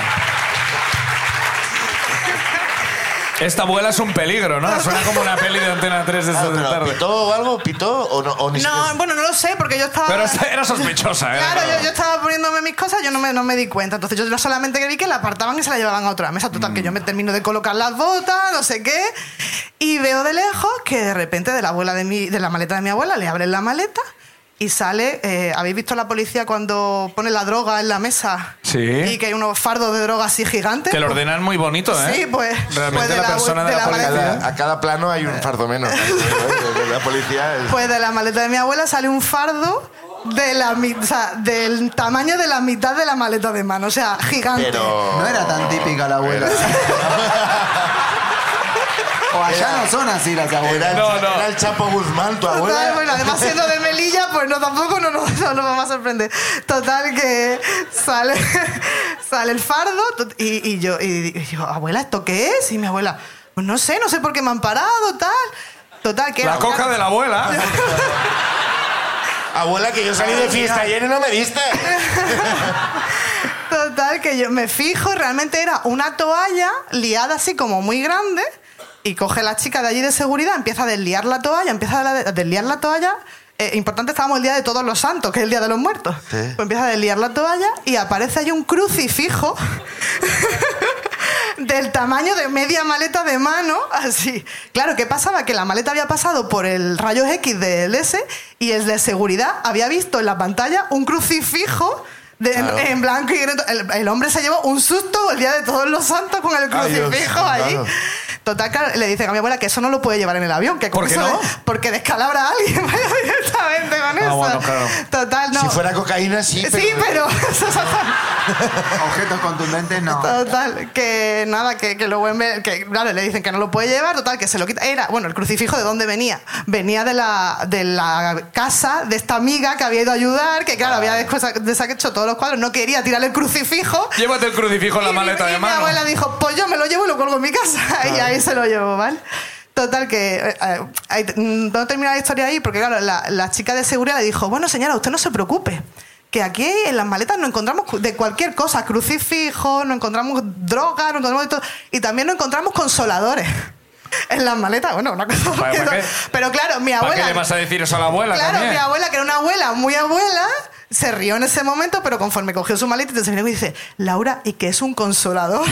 Speaker 1: Esta abuela es un peligro, ¿no? Suena como una peli de Antena 3 de esta
Speaker 2: Claro, pero
Speaker 1: tarde.
Speaker 2: ¿Pitó o algo? ¿Pitó o no? O ni siquiera-
Speaker 9: No, bueno, no lo sé, porque yo estaba.
Speaker 1: Pero esta era sospechosa, ¿eh?
Speaker 9: Claro, yo, yo estaba poniéndome mis cosas, yo no me, no me di cuenta. Entonces yo no solamente vi que la apartaban y se la llevaban a otra mesa. Total,
Speaker 2: Mm.
Speaker 9: que yo me termino de colocar las botas, no sé qué. Y veo de lejos que de repente de la, abuela de, mi, de la maleta de mi abuela le abren la maleta y sale... eh, ¿Habéis visto la policía cuando pone la droga en la mesa?
Speaker 1: Sí.
Speaker 9: Y que hay unos fardos de droga así gigantes.
Speaker 1: Que lo ordenan muy bonito, ¿eh?
Speaker 9: Sí, pues.
Speaker 1: Realmente
Speaker 9: pues de
Speaker 1: la
Speaker 9: abu-
Speaker 1: persona de la
Speaker 9: maleta-
Speaker 2: Cada- a cada plano hay un fardo menos. la policía es-
Speaker 9: Pues de la maleta de mi abuela sale un fardo de la mi- o sea, del tamaño de la mitad de la maleta de mano, o sea, gigante.
Speaker 2: Pero...
Speaker 10: No era
Speaker 3: Oh,
Speaker 10: tan típica la abuela. o allá
Speaker 2: Era-
Speaker 10: no son así las
Speaker 2: Era
Speaker 10: abuelas.
Speaker 2: el,
Speaker 1: No, no.
Speaker 2: era el Chapo Guzmán, tu
Speaker 9: Total,
Speaker 2: abuela.
Speaker 9: bueno, además siendo de Melilla, pues no, tampoco no nos no, nos va a sorprender. Total, que sale, sale el fardo tot- y, y yo y digo, abuela, ¿esto qué es? Y mi abuela, pues no sé, no sé por qué me han parado, tal. Total, que
Speaker 1: La
Speaker 9: era una-
Speaker 1: coca de la abuela.
Speaker 2: Abuela, que yo salí
Speaker 9: Ah,
Speaker 2: de fiesta ayer y no me diste.
Speaker 9: Total, que yo me fijo, realmente era una toalla liada así como muy grande y coge la chica de allí de seguridad, empieza a desliar la toalla, empieza a de- a desliar la toalla. Eh, importante, estábamos el día de todos los santos, que es el día de los muertos. Pues empieza a desliar la toalla y aparece allí un crucifijo del tamaño de media maleta de mano, así. Claro, ¿qué pasaba? Que la maleta había pasado por el rayo X del S y el de seguridad había visto en la pantalla un crucifijo de- en- en, blanco y negro. El, el hombre se llevó un susto el día de todos los santos con el
Speaker 2: Ay, Dios,
Speaker 9: crucifijo allí.
Speaker 2: claro.
Speaker 9: Total, claro, le dicen a mi abuela que eso no lo puede llevar en el avión. Que con
Speaker 1: ¿Por qué
Speaker 9: eso
Speaker 1: no?
Speaker 9: de- porque descalabra a alguien vaya directamente con eso.
Speaker 1: bueno, claro.
Speaker 9: Total, no.
Speaker 2: Si fuera cocaína, sí.
Speaker 9: Sí, pero...
Speaker 10: Objetos contundentes no.
Speaker 9: Total, que nada, que, que luego en vez- que claro, le dicen que no lo puede llevar, total, que se lo quita. Era, bueno, el crucifijo de dónde venía. Venía de la, de la casa de esta amiga que había ido a ayudar, que claro, había descuesa- deshecho todos los cuadros, no quería tirar el crucifijo.
Speaker 1: Llévate el crucifijo en la
Speaker 9: Y mi-
Speaker 1: maleta
Speaker 9: y
Speaker 1: de
Speaker 9: Mi
Speaker 1: mano.
Speaker 9: abuela dijo, pues yo me lo llevo y lo colgo en mi casa. Y ahí se lo llevo, ¿vale? Total, que eh, eh, ahí- mm, no termina la historia ahí, porque claro, la, la chica de seguridad le dijo, bueno, señora, usted no se preocupe, que aquí en las maletas no encontramos cu- de cualquier cosa, crucifijo, no encontramos droga, no encontramos de todo, y también no encontramos consoladores. En las maletas, bueno, una cosa.
Speaker 1: ¿Para- para qué?
Speaker 9: Pero claro, mi
Speaker 1: ¿Para qué
Speaker 9: abuela.
Speaker 1: le vas a decir eso a la abuela
Speaker 9: Claro,
Speaker 1: también?
Speaker 9: mi abuela, que era una abuela muy abuela, se rió en ese momento, pero conforme cogió su maleta, se miró y dice, Laura, ¿y que es un consolador?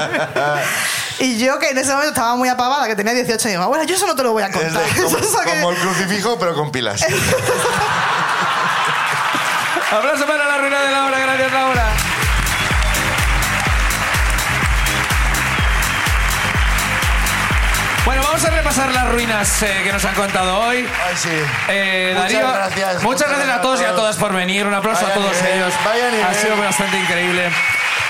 Speaker 9: y yo, que en ese momento estaba muy apavada, que tenía 18 años, digo, abuela, yo eso no te lo voy a
Speaker 2: Es de-
Speaker 9: contar.
Speaker 2: como,
Speaker 9: Eso es que-
Speaker 2: como el crucifijo, pero con pilas.
Speaker 1: Abrazo para la ruina de Laura, gracias Laura. Bueno, vamos a repasar las ruinas eh, que nos han contado hoy.
Speaker 2: Ay, sí.
Speaker 1: Eh,
Speaker 2: Muchas
Speaker 1: Darío,
Speaker 2: gracias.
Speaker 1: Muchas gracias a todos y a todas por venir. Un aplauso
Speaker 2: Vaya
Speaker 1: a todos
Speaker 2: nivel,
Speaker 1: ellos.
Speaker 2: vaya nivel.
Speaker 1: Ha sido bastante increíble.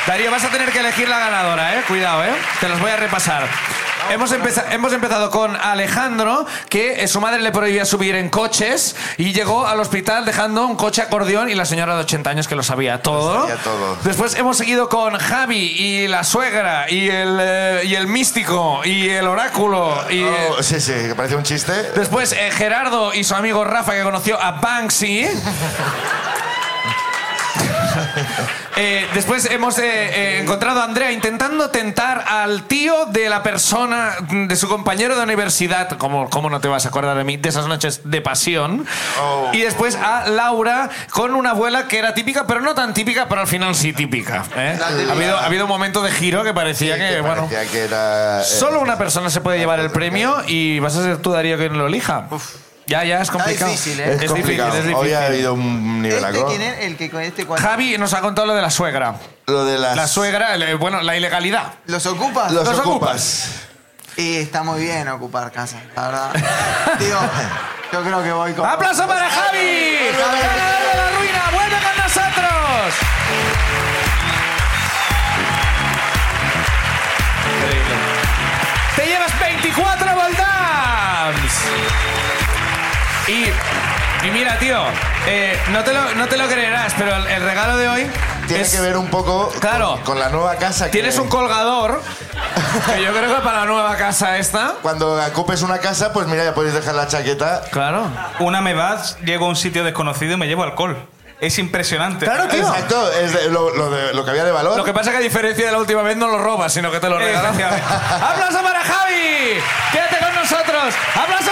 Speaker 1: Darío, vas a tener que elegir la ganadora, ¿eh? Cuidado, ¿eh? Te los voy a repasar. Hemos, empeza- hemos empezado con Alejandro, que eh, su madre le prohibía subir en coches y llegó al hospital dejando un coche acordeón y la señora de 80 años que lo sabía todo.
Speaker 2: sabía todo.
Speaker 1: Después hemos seguido con Javi y la suegra y el, eh, y el místico y el oráculo y... eh,
Speaker 2: Oh, sí, sí, que parece un chiste.
Speaker 1: Después, eh, Gerardo y su amigo Rafa, que conoció a Banksy. Eh, después hemos eh, eh, encontrado a Andrea intentando tentar al tío de la persona, mm, de su compañero de universidad, como cómo no te vas a acordar de mí, de esas noches de pasión.
Speaker 2: Oh.
Speaker 1: Y después a Laura con una abuela que era típica, pero no tan típica, pero al final sí típica. ¿eh? Ha, habido, ha habido un momento de giro que parecía que, bueno,
Speaker 2: parecía que era, eh,
Speaker 1: solo una persona se puede llevar el premio y vas a ser tú, Darío, quien lo elija. Ya, ya, es complicado.
Speaker 3: difícil, ¿eh?
Speaker 2: Es, complicado. Hoy ha habido un nivel
Speaker 3: ¿Este
Speaker 2: acro.
Speaker 3: quién es? El que con este cuatro.
Speaker 1: Javi nos ha contado lo de la suegra.
Speaker 2: Lo de las,
Speaker 1: La suegra, el- eh, bueno, la ilegalidad.
Speaker 3: ¿Los ocupas?
Speaker 2: los,
Speaker 1: los
Speaker 2: ocupas.
Speaker 3: Y está muy bien ocupar casa, la verdad. Digo, yo creo que voy con...
Speaker 1: ¡Aplauso para Javi! ¡Ganador de la ruina! ¡Vuelve con nosotros! ¡Te llevas 24 Voldams! Y, y mira, tío, eh, no, te lo, no te lo creerás, pero el, el regalo de hoy
Speaker 2: Tiene
Speaker 1: es-
Speaker 2: que ver un poco
Speaker 1: Claro.
Speaker 2: con, con la nueva casa. que-
Speaker 1: Tienes un colgador que yo creo que para la nueva casa esta...
Speaker 2: Cuando ocupes una casa, pues mira, ya podéis dejar la chaqueta.
Speaker 1: Claro.
Speaker 5: Una me vas, llego a un sitio desconocido y me llevo alcohol. Es impresionante. Eh,
Speaker 2: Exacto, es de- lo, lo de- lo que había de valor.
Speaker 1: Lo que pasa es que a diferencia de la última vez no lo robas, sino que te lo regalan.
Speaker 5: Efectivamente.
Speaker 1: ¡Aplauso para Javi! ¡Quédate con nosotros! ¡Aplauso